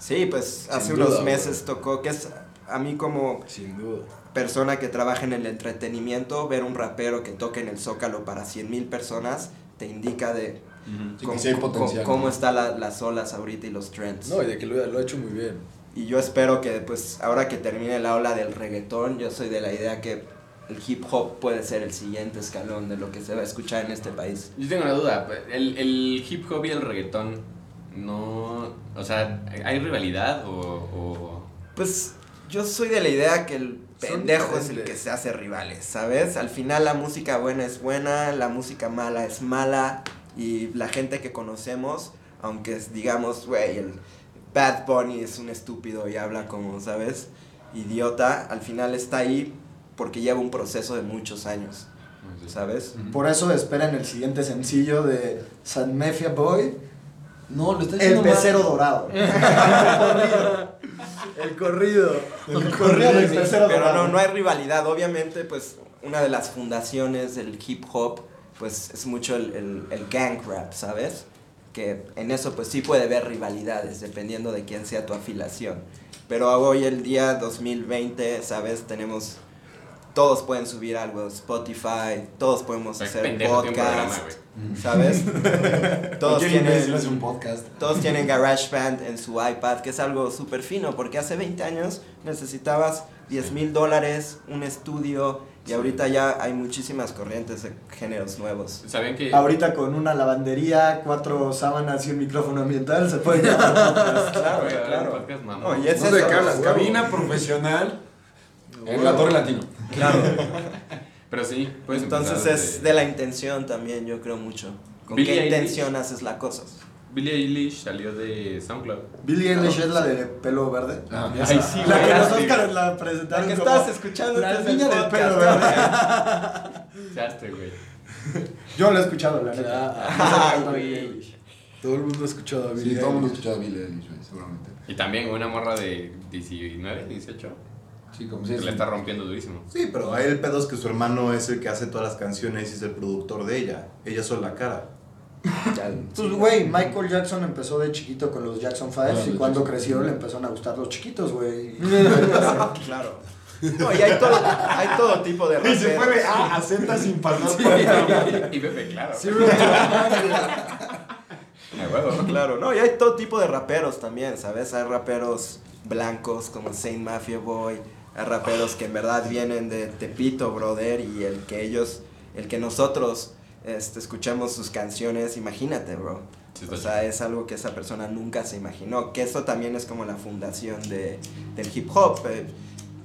[SPEAKER 5] Sí, pues hace
[SPEAKER 3] duda,
[SPEAKER 5] unos
[SPEAKER 3] bro.
[SPEAKER 5] meses tocó, que es a mí como
[SPEAKER 3] Sin duda.
[SPEAKER 5] persona que trabaja en el entretenimiento, ver un rapero que toque en el Zócalo para 100 mil personas, te indica de
[SPEAKER 1] Ujú.
[SPEAKER 2] Sí, que sí hay potencial,
[SPEAKER 5] cómo
[SPEAKER 2] ¿no?
[SPEAKER 5] están las olas ahorita y los trends.
[SPEAKER 3] No, y de que lo, lo ha hecho muy bien.
[SPEAKER 5] Y yo espero que pues ahora que termine la ola del reggaetón, yo soy de la idea que el hip hop puede ser el siguiente escalón de lo que se va a escuchar en este país.
[SPEAKER 1] Yo tengo una duda. El, el hip hop y el reggaetón, no. O sea, ¿hay rivalidad o.? o-
[SPEAKER 5] Pues yo soy de la idea que el
[SPEAKER 3] Son
[SPEAKER 5] pendejo es el
[SPEAKER 3] diferentes.
[SPEAKER 5] que se hace rivales, ¿sabes? Al final la música buena es buena, la música mala es mala y la gente que conocemos, aunque es, digamos, güey, el Bad Bunny es un estúpido y habla como, ¿sabes? Idiota, al final está ahí porque lleva un proceso de muchos años,
[SPEAKER 1] no sé.
[SPEAKER 5] ¿sabes?
[SPEAKER 4] Por eso esperen el siguiente sencillo de San Mefia Boy,
[SPEAKER 2] No, lo está
[SPEAKER 4] El
[SPEAKER 2] diciendo mal.
[SPEAKER 4] Pecero Dorado.
[SPEAKER 5] El corrido.
[SPEAKER 4] El corrido del Pecero
[SPEAKER 5] Pero
[SPEAKER 4] Dorado.
[SPEAKER 5] no, no hay rivalidad. Obviamente, pues, una de las fundaciones del hip hop, pues, es mucho el, el- el gang rap, ¿sabes? Que en eso, pues, sí puede haber rivalidades, dependiendo de quién sea tu afilación. Pero hoy, el día 2020, ¿sabes? Tenemos... Todos pueden subir algo a Spotify, todos podemos
[SPEAKER 1] Ay,
[SPEAKER 5] hacer
[SPEAKER 1] pendejo, tiene un programa,
[SPEAKER 5] podcast,
[SPEAKER 1] güey.
[SPEAKER 5] ¿sabes? todos
[SPEAKER 2] Cualquier
[SPEAKER 5] tienen...
[SPEAKER 2] imbécil hace un podcast.
[SPEAKER 5] Todos tienen GarageBand en su iPad, que es algo súper fino, porque hace 20 años necesitabas 10 mil dólares, un estudio, y ahorita ya hay muchísimas corrientes de géneros nuevos.
[SPEAKER 1] ¿Sabían que.?
[SPEAKER 4] Ahorita con una lavandería, cuatro sábanas y un micrófono ambiental se puede llevar.
[SPEAKER 1] Claro, claro.
[SPEAKER 5] No, y es
[SPEAKER 2] No sé de
[SPEAKER 5] eso,
[SPEAKER 2] qué hablas.
[SPEAKER 5] huevo.
[SPEAKER 2] Cabina profesional en la Torre Latino.
[SPEAKER 1] Pero sí, puedes
[SPEAKER 5] Pues Entonces
[SPEAKER 1] empezar
[SPEAKER 5] es
[SPEAKER 1] desde-
[SPEAKER 5] de la intención también, yo creo mucho. ¿Con
[SPEAKER 1] Billie
[SPEAKER 5] qué
[SPEAKER 1] Eilish.
[SPEAKER 5] intención haces las cosas?
[SPEAKER 1] Billie Eilish salió de SoundCloud.
[SPEAKER 4] Billie Eilish es la de pelo verde.
[SPEAKER 1] Ay, sí,
[SPEAKER 4] La que
[SPEAKER 1] güey.
[SPEAKER 4] los Óscares la presentaron.
[SPEAKER 5] La que
[SPEAKER 4] como
[SPEAKER 5] estás escuchando
[SPEAKER 4] La
[SPEAKER 5] este es el
[SPEAKER 4] niña del
[SPEAKER 5] podcast,
[SPEAKER 4] pelo
[SPEAKER 5] ¿no?
[SPEAKER 4] verde.
[SPEAKER 1] Chaste, güey.
[SPEAKER 4] Yo lo he escuchado, la neta. No sé tanto de Billie Eilish.
[SPEAKER 3] Todo el mundo ha escuchado a Billie
[SPEAKER 2] Sí, todo el mundo ha
[SPEAKER 3] Eilish.
[SPEAKER 2] escuchado a Billie Eilish, güey, seguramente.
[SPEAKER 1] Y también una morra de 19, 18.
[SPEAKER 2] Sí, como si
[SPEAKER 1] Que
[SPEAKER 2] es
[SPEAKER 1] la
[SPEAKER 2] un-
[SPEAKER 1] está rompiendo durísimo.
[SPEAKER 6] Sí, pero ahí el pedo es que su hermano es el que hace todas las canciones y es el productor de ella. Ella es la cara.
[SPEAKER 4] Pues, güey, Michael Jackson empezó de chiquito con los Jackson
[SPEAKER 3] Ah,
[SPEAKER 4] Fives y
[SPEAKER 3] los
[SPEAKER 4] cuando
[SPEAKER 3] Jackson
[SPEAKER 4] creció
[SPEAKER 3] Five.
[SPEAKER 4] le empezaron a gustar los chiquitos, güey.
[SPEAKER 5] Claro. No, y hay todo, hay todo tipo de
[SPEAKER 2] Y se fue de
[SPEAKER 5] raperos.
[SPEAKER 2] A a Z sin pasar por
[SPEAKER 1] y Pepe, claro. A huevo.
[SPEAKER 5] Claro, no, y hay todo tipo de raperos también, ¿sabes? Hay raperos blancos como Saint Mafia Boy, hay raperos que en verdad vienen de Tepito, brother, y el que ellos, el que nosotros este, escuchamos sus canciones, imagínate, bro.
[SPEAKER 1] Sí,
[SPEAKER 5] O
[SPEAKER 1] está
[SPEAKER 5] sea, es algo que esa persona nunca se imaginó, que esto también es como la fundación de, del hip hop. eh,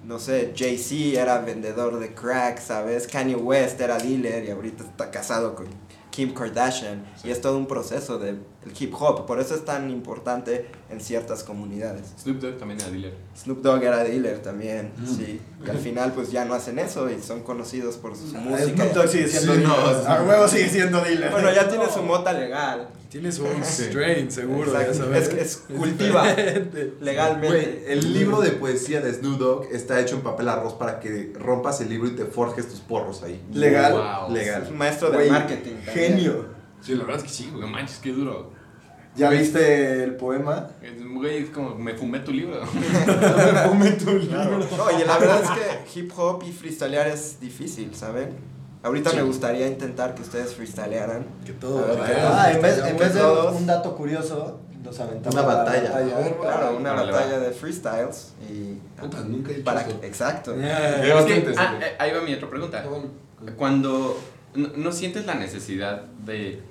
[SPEAKER 5] no sé, Jay-Z era vendedor de crack, ¿sabes? Kanye West era dealer y ahorita está casado con Kim Kardashian. Y es todo un proceso del hip hop. Por eso es tan importante en ciertas comunidades.
[SPEAKER 1] Snoop Dogg también era dealer.
[SPEAKER 5] Snoop Dogg era dealer también, sí. Que al final pues ya no hacen eso y son conocidos por su música.
[SPEAKER 4] Ah, Snoop Dogg sigue siendo
[SPEAKER 2] Sí,
[SPEAKER 4] dealer.
[SPEAKER 2] no,
[SPEAKER 4] A huevo sigue siendo dealer.
[SPEAKER 5] Bueno, ya tiene su mota legal.
[SPEAKER 3] Tienes un strain, seguro, ya
[SPEAKER 5] Exacto.
[SPEAKER 3] sabes.
[SPEAKER 6] Es que es cultiva.
[SPEAKER 3] diferente.
[SPEAKER 5] Legalmente.
[SPEAKER 6] Güey, el libro de poesía de Snoop Dogg está hecho en papel arroz para que rompas el libro y te forjes tus porros ahí.
[SPEAKER 5] Legal.
[SPEAKER 1] Wow.
[SPEAKER 5] Es
[SPEAKER 6] Legal.
[SPEAKER 5] un maestro de
[SPEAKER 4] Güey,
[SPEAKER 5] marketing. también.
[SPEAKER 4] Genio.
[SPEAKER 1] Sí, la verdad es que sí, güey. Manches, qué duro.
[SPEAKER 4] ¿Ya viste el poema?
[SPEAKER 1] Es- Güey, es como, me fumé tu libro.
[SPEAKER 5] Claro. No, y la verdad es que hip hop y freestylear es difícil, ¿saben? Ahorita me gustaría intentar que ustedes freestylearan.
[SPEAKER 3] Que todo.
[SPEAKER 5] Ah,
[SPEAKER 3] ¿verdad?
[SPEAKER 4] Ah, en vez, en
[SPEAKER 5] estamos
[SPEAKER 4] vez de
[SPEAKER 5] todos.
[SPEAKER 4] un dato curioso, nos aventamos.
[SPEAKER 6] Una
[SPEAKER 4] a la
[SPEAKER 6] batalla.
[SPEAKER 4] A ver,
[SPEAKER 5] Claro, una
[SPEAKER 1] Vale,
[SPEAKER 5] batalla de freestyles y
[SPEAKER 2] Puta, nunca he hecho
[SPEAKER 5] para
[SPEAKER 2] eso.
[SPEAKER 5] exacto.
[SPEAKER 4] Eh,
[SPEAKER 3] Ah,
[SPEAKER 2] Veo
[SPEAKER 1] Es que-
[SPEAKER 2] bastantes,
[SPEAKER 1] ah,
[SPEAKER 2] güey.
[SPEAKER 1] eh, ahí va mi otra pregunta.
[SPEAKER 2] Ah, bueno.
[SPEAKER 1] Cuando no, no sientes la necesidad de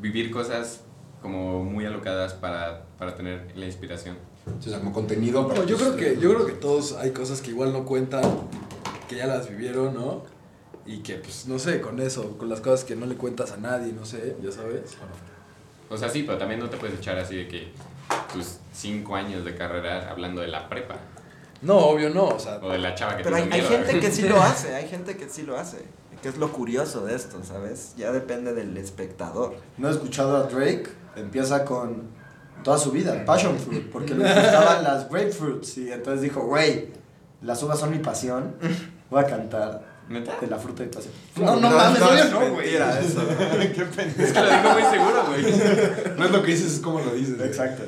[SPEAKER 1] vivir cosas como muy alocadas para, para tener la inspiración.
[SPEAKER 2] O sea, como contenido.
[SPEAKER 3] No,
[SPEAKER 2] para
[SPEAKER 3] yo
[SPEAKER 2] tus-
[SPEAKER 3] creo que yo creo que todos hay cosas que igual no cuentan, que ya las vivieron, ¿no? Y que pues no sé, con eso, con las cosas que no le cuentas a nadie, no sé, ya sabes.
[SPEAKER 1] O sea, sí, pero también no te puedes echar así de que tus cinco años de carrera hablando de la prepa
[SPEAKER 3] No, obvio no, o sea,
[SPEAKER 1] o de la chava que
[SPEAKER 5] Pero
[SPEAKER 1] te
[SPEAKER 5] hay,
[SPEAKER 1] hizo
[SPEAKER 5] hay
[SPEAKER 1] mierda.
[SPEAKER 5] gente que sí lo hace, hay gente que sí lo hace. Que es lo curioso de esto, ¿sabes? Ya depende del espectador.
[SPEAKER 4] No he escuchado a Drake. Empieza con toda su vida, passion fruit, porque le gustaban las grapefruits. Y entonces dijo, güey, las uvas son mi pasión. Voy a cantar
[SPEAKER 1] ¿Neta?
[SPEAKER 4] de la fruta de tu pasión.
[SPEAKER 3] No, no mames, obvio
[SPEAKER 5] es
[SPEAKER 3] no, güey.
[SPEAKER 5] mentira eso.
[SPEAKER 1] Es que lo dijo muy seguro, güey.
[SPEAKER 2] No es lo que dices, es como lo dices. güey.
[SPEAKER 4] Exacto.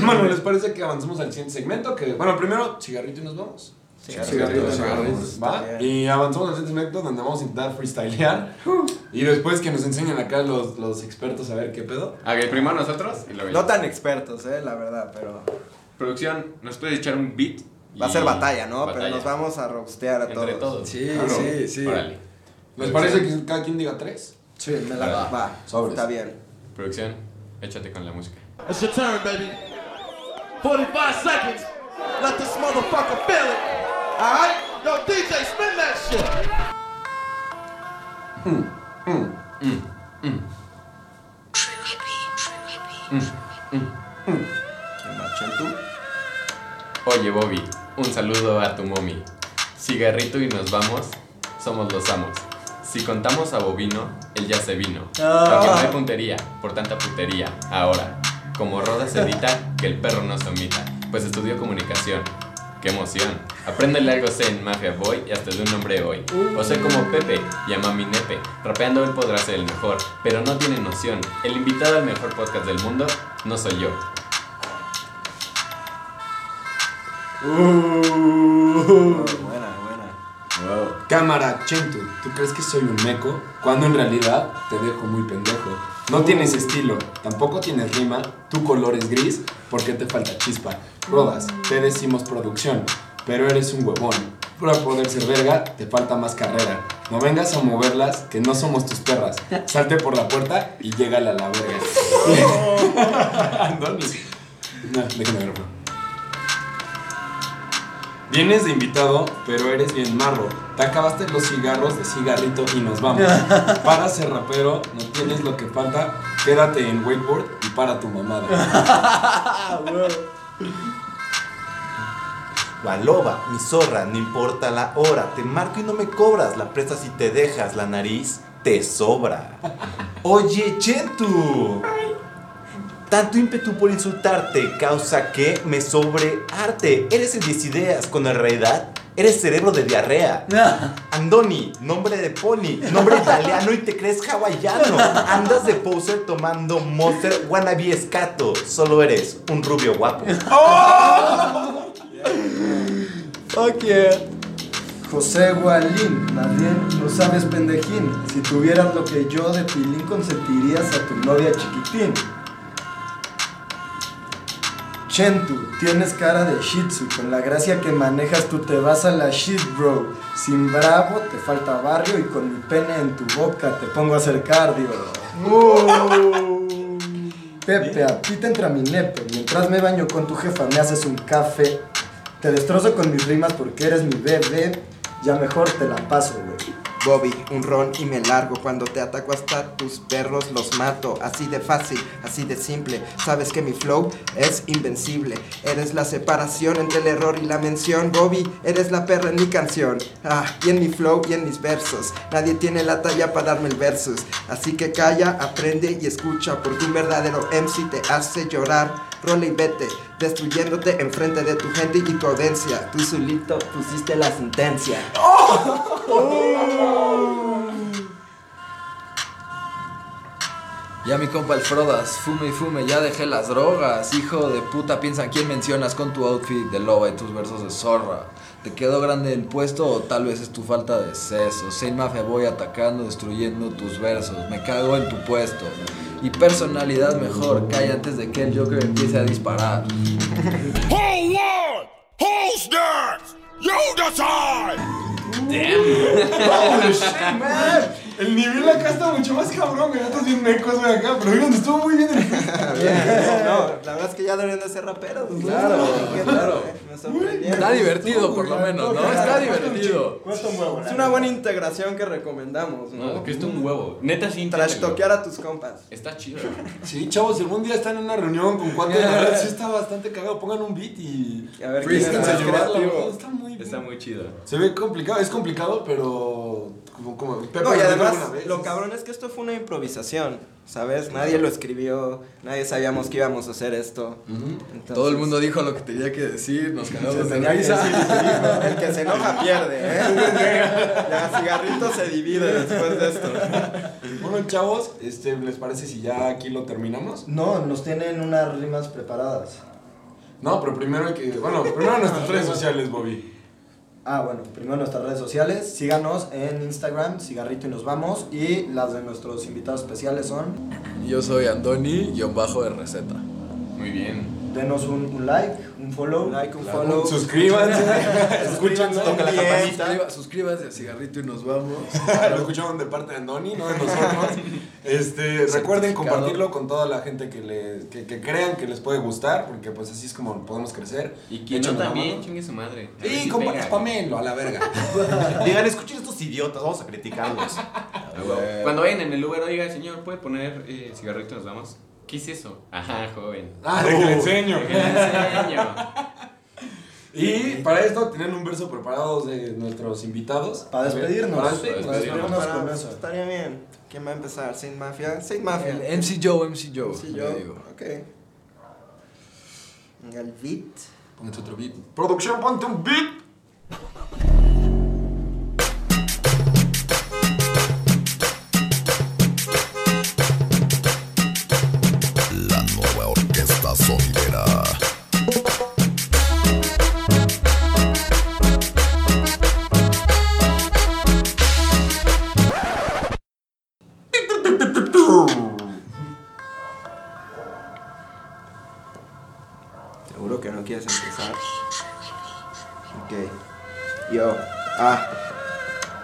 [SPEAKER 2] Bueno, ¿les parece que avancemos al siguiente segmento? Que, bueno, primero, cigarrito y nos vamos.
[SPEAKER 3] Cigarrito,
[SPEAKER 2] nos
[SPEAKER 3] cigarrito,
[SPEAKER 2] vamos,
[SPEAKER 5] está
[SPEAKER 2] ¿va?
[SPEAKER 5] bien.
[SPEAKER 2] Y avanzamos al siguiente segmento donde vamos a intentar freestylear. Y después que nos enseñen acá los, los expertos a ver qué pedo.
[SPEAKER 1] A ver, primero nosotros y luego yo.
[SPEAKER 5] No tan expertos, eh, la verdad, pero
[SPEAKER 1] Producción, ¿nos puedes echar un beat?
[SPEAKER 5] va a
[SPEAKER 1] Y-
[SPEAKER 5] ser batalla, ¿no?
[SPEAKER 1] batalla.
[SPEAKER 5] Pero nos vamos a robustear a
[SPEAKER 1] Entre
[SPEAKER 5] todos.
[SPEAKER 1] todos.
[SPEAKER 3] Sí,
[SPEAKER 1] Claro.
[SPEAKER 3] sí, sí.
[SPEAKER 1] Órale.
[SPEAKER 2] ¿Les parece que cada quien diga tres?
[SPEAKER 4] Sí, me la
[SPEAKER 1] Órale.
[SPEAKER 5] Va,
[SPEAKER 2] Sobres.
[SPEAKER 5] está bien.
[SPEAKER 1] Producción, échate con la música.
[SPEAKER 7] It's your turn, baby. 45 seconds. Let this motherfucker feel it. Alright? Yo, DJ, spin that shit.
[SPEAKER 1] Oye, Bobby, un saludo a tu mommy. Cigarrito y nos vamos, somos los amos. Si contamos a Bobino, él ya se vino. Porque no hay puntería, por tanta putería. Ahora, como Roda se edita, que el perro no se omita. Pues estudió comunicación. ¡Qué emoción! Apréndele algo sé en Mafia Boy y hasta de un hombre hoy. O sé como Pepe, llama a mi nepe. Rapeando él podrá ser el mejor, pero no tiene noción. El invitado al mejor podcast del mundo no soy yo.
[SPEAKER 5] Oh, buena, buena.
[SPEAKER 2] Uh. Cámara, Chento, ¿tú crees que soy un meco? Cuando en realidad te dejo muy pendejo. No tienes estilo, tampoco tienes rima, tu color es gris, porque te falta chispa. Rodas, te decimos producción, pero eres un huevón. Para poder ser verga, te falta más carrera. No vengas a moverlas, que no somos tus perras. Salte por la puerta y llégale a la verga. Adonis. No, déjame verlo. Vienes de invitado, pero eres bien marro. Te acabaste los cigarros de cigarrito y nos vamos. Para ser rapero, no tienes lo que falta. Quédate en wakeboard y para tu mamada.
[SPEAKER 6] La loba, mi zorra, no importa la hora. Te marco y no me cobras. La presa si te dejas, la nariz te sobra. Oye, Chentu. Tanto ímpetu por insultarte causa que me sobrearte. Eres el 10 ideas, con la realidad eres cerebro de diarrea. Andoni, nombre de pony, nombre italiano y te crees hawaiano. Andas de poser tomando monster wannabe escato. Solo eres un rubio guapo.
[SPEAKER 5] Fuck yeah.
[SPEAKER 4] José Gualín, más bien no sabes pendejín. Si tuvieras lo que yo de pilín, consentirías a tu novia chiquitín. Chentu, tienes cara de Shih Tzu. Con la gracia que manejas, tú te vas a la shit, bro. Sin bravo, te falta barrio. Y con mi pene en tu boca, te pongo a hacer cardio. Pepe, a ti te entra mi nepe. Mientras me baño con tu jefa, me haces un café. Te destrozo con mis rimas porque eres mi bebé. Ya mejor te la paso, güey.
[SPEAKER 5] Bobby, un ron y me largo. Cuando te ataco hasta tus perros los mato. Así de fácil, así de simple. Sabes que mi flow es invencible. Eres la separación entre el error y la mención. Bobby, eres la perra en mi canción. Ah, y en mi flow y en mis versos. Nadie tiene la talla para darme el versus. Así que calla, aprende y escucha. Porque un verdadero MC te hace llorar. Rola y vete, destruyéndote enfrente de tu gente y tu audiencia. Tú solito pusiste la sentencia.
[SPEAKER 3] Ya mi compa el Frodas, fume y fume, ya dejé las drogas. Hijo de puta, piensa en quién mencionas con tu outfit de loba y tus versos de zorra. ¿Te quedó grande el puesto o tal vez es tu falta de seso? Sin mafe voy atacando, destruyendo tus versos. Me cago en tu puesto. Y personalidad mejor, calla antes de que el Joker empiece a disparar.
[SPEAKER 8] Hold on! Who's next? You decide!
[SPEAKER 2] El nivel acá está mucho más cabrón, güey. Estás bien mecos, güey, acá. Pero miren, estuvo muy bien el
[SPEAKER 5] No, la verdad es que ya deberían de ser raperos. ¿no?
[SPEAKER 2] Claro,
[SPEAKER 5] claro. Me sorprendieron.
[SPEAKER 3] Está divertido, por lo menos, ¿no? Está divertido.
[SPEAKER 2] Cuesta un huevo.
[SPEAKER 5] Es una buena integración que recomendamos,
[SPEAKER 1] No,
[SPEAKER 5] ¿no?
[SPEAKER 1] que está un huevo. Neta, sí.
[SPEAKER 5] Oh, Trash
[SPEAKER 1] inténtalo.
[SPEAKER 5] toquear a tus compas.
[SPEAKER 1] Está chido.
[SPEAKER 2] Sí, chavos, si algún día están en una reunión con cuatro, la verdad sí está bastante cagado. Pongan un beat y.
[SPEAKER 5] A ver quién es
[SPEAKER 2] Freestyle,
[SPEAKER 5] más
[SPEAKER 2] ayudarla,
[SPEAKER 5] creativo.
[SPEAKER 2] ¿no? Está muy bien.
[SPEAKER 1] Está muy chido.
[SPEAKER 2] Se ve complicado, es complicado, pero. Como, como Pepe
[SPEAKER 5] No, y
[SPEAKER 2] lo dijo
[SPEAKER 5] además,
[SPEAKER 2] alguna vez,
[SPEAKER 5] lo
[SPEAKER 2] es-
[SPEAKER 5] cabrón es que esto fue una improvisación, ¿sabes? Nadie lo escribió, nadie sabíamos que íbamos a hacer esto. Entonces,
[SPEAKER 3] Todo el mundo dijo lo que tenía que decir, nos cagamos de
[SPEAKER 5] tenía que
[SPEAKER 3] risa.
[SPEAKER 5] decir, El que se enoja pierde, ¿eh? Ya cigarrito se divide después de esto.
[SPEAKER 2] Bueno, chavos, este, ¿les parece si ya aquí lo terminamos?
[SPEAKER 4] No, nos tienen unas rimas preparadas.
[SPEAKER 2] No, pero primero hay que. Bueno, primero nuestras redes sociales, Bobby.
[SPEAKER 4] Ah, bueno, primero nuestras redes sociales. Síganos en Instagram, Cigarrito y Nos Vamos. Y las de nuestros invitados especiales son:
[SPEAKER 3] Yo soy Andoni, guión bajo de receta.
[SPEAKER 1] Muy bien.
[SPEAKER 4] denos un, un like, un follow.
[SPEAKER 5] Like, un follow.
[SPEAKER 2] Suscríbanse.
[SPEAKER 5] Escuchen, toca la
[SPEAKER 3] Suscriba- suscríbanse a Cigarrito y nos vamos.
[SPEAKER 2] Ah, lo escucharon de parte de Andoni, no de nosotros. Este, recuerden compartirlo con toda la gente que, le, que, que crean que les puede gustar, porque pues así es como podemos crecer.
[SPEAKER 1] Y quien no
[SPEAKER 2] Échanos la
[SPEAKER 1] también,
[SPEAKER 2] mano.
[SPEAKER 1] chingue su madre. A ver
[SPEAKER 2] Y
[SPEAKER 1] si
[SPEAKER 2] compa-
[SPEAKER 1] pega.
[SPEAKER 2] spamenlo a la verga.
[SPEAKER 6] Digan, escuchen estos idiotas, vamos a criticarlos.
[SPEAKER 1] A huevo. Cuando vayan en el Uber, oiga, señor, ¿puede poner eh, cigarrito? Nos vamos. ¿Qué es eso? Ajá, joven.
[SPEAKER 2] Ah, de que le enseño.
[SPEAKER 1] ¿Qué enseño?
[SPEAKER 2] Y para esto tienen un verso preparado de nuestros invitados.
[SPEAKER 4] Para despedirnos.
[SPEAKER 2] Para este, despedirnos.
[SPEAKER 4] Para despedirnos
[SPEAKER 5] Para-
[SPEAKER 4] con eso.
[SPEAKER 5] Estaría bien. ¿Quién va a empezar? ¿Sin mafia? Sin mafia.
[SPEAKER 3] El MC Joe, MC Joe.
[SPEAKER 5] Sí,
[SPEAKER 3] le
[SPEAKER 5] yo.
[SPEAKER 3] digo.
[SPEAKER 5] Ok. Venga, El beat.
[SPEAKER 2] Ponte otro beat. Producción, ponte un beat.
[SPEAKER 8] La nueva orquesta sonidera.
[SPEAKER 5] Seguro que no quieres empezar. Ok. Yo. Ah.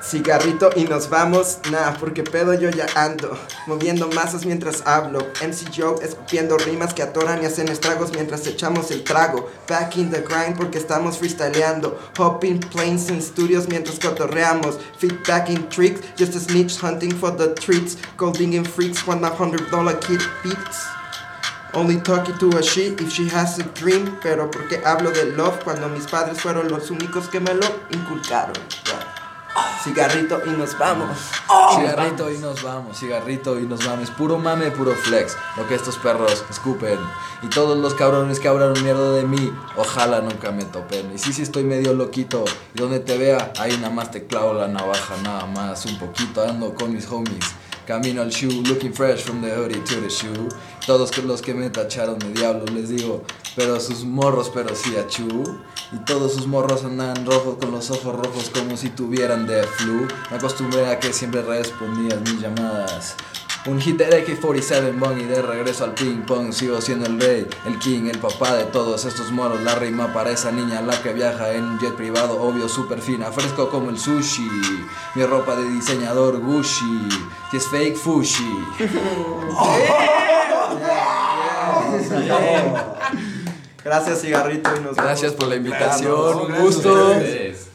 [SPEAKER 5] Cigarrito y nos vamos, nah, porque pedo yo ya ando, moviendo masas mientras hablo, MC Joe escupiendo rimas que atoran y hacen estragos mientras echamos el trago, back in the grind porque estamos freestyleando, hopping planes in studios mientras cotorreamos, feedback in tricks, just a snitch hunting for the treats, golding in freaks, one hundred dollar kid beats. Only talking to a she if she has a dream. Pero porque hablo de love cuando mis padres fueron los únicos que me lo inculcaron. Ya. Cigarrito y nos vamos.
[SPEAKER 3] ¡Oh! Cigarrito y nos vamos, cigarrito y nos vamos. Puro mame, puro flex. Lo que estos perros escupen. Y todos los cabrones que hablan mierda de mí, ojalá nunca me topen. Y sí, sí, estoy medio loquito. Y donde te vea, ahí nada más te clavo la navaja, nada más. Un poquito ando con mis homies. Camino al shoe, looking fresh from the hoodie to the shoe. Todos que- los que me tacharon de diablo, les digo, pero sus morros, pero sí a chu. Y todos sus morros andan rojos con los ojos rojos como si tuvieran de flu. Me acostumbré a que siempre respondías mis llamadas. Un hit de AK-47 Bong y de regreso al ping pong Sigo siendo el rey, el king, el papá de todos estos moros La rima para esa niña, la que viaja en un jet privado Obvio, super fina, fresco como el sushi Mi ropa de diseñador Gucci Si es fake, fushi
[SPEAKER 5] Gracias, cigarrito y nos vamos.
[SPEAKER 3] Gracias por la invitación,
[SPEAKER 2] Claro,
[SPEAKER 3] un
[SPEAKER 2] gracias a
[SPEAKER 3] gusto
[SPEAKER 2] ustedes.
[SPEAKER 1] Ustedes.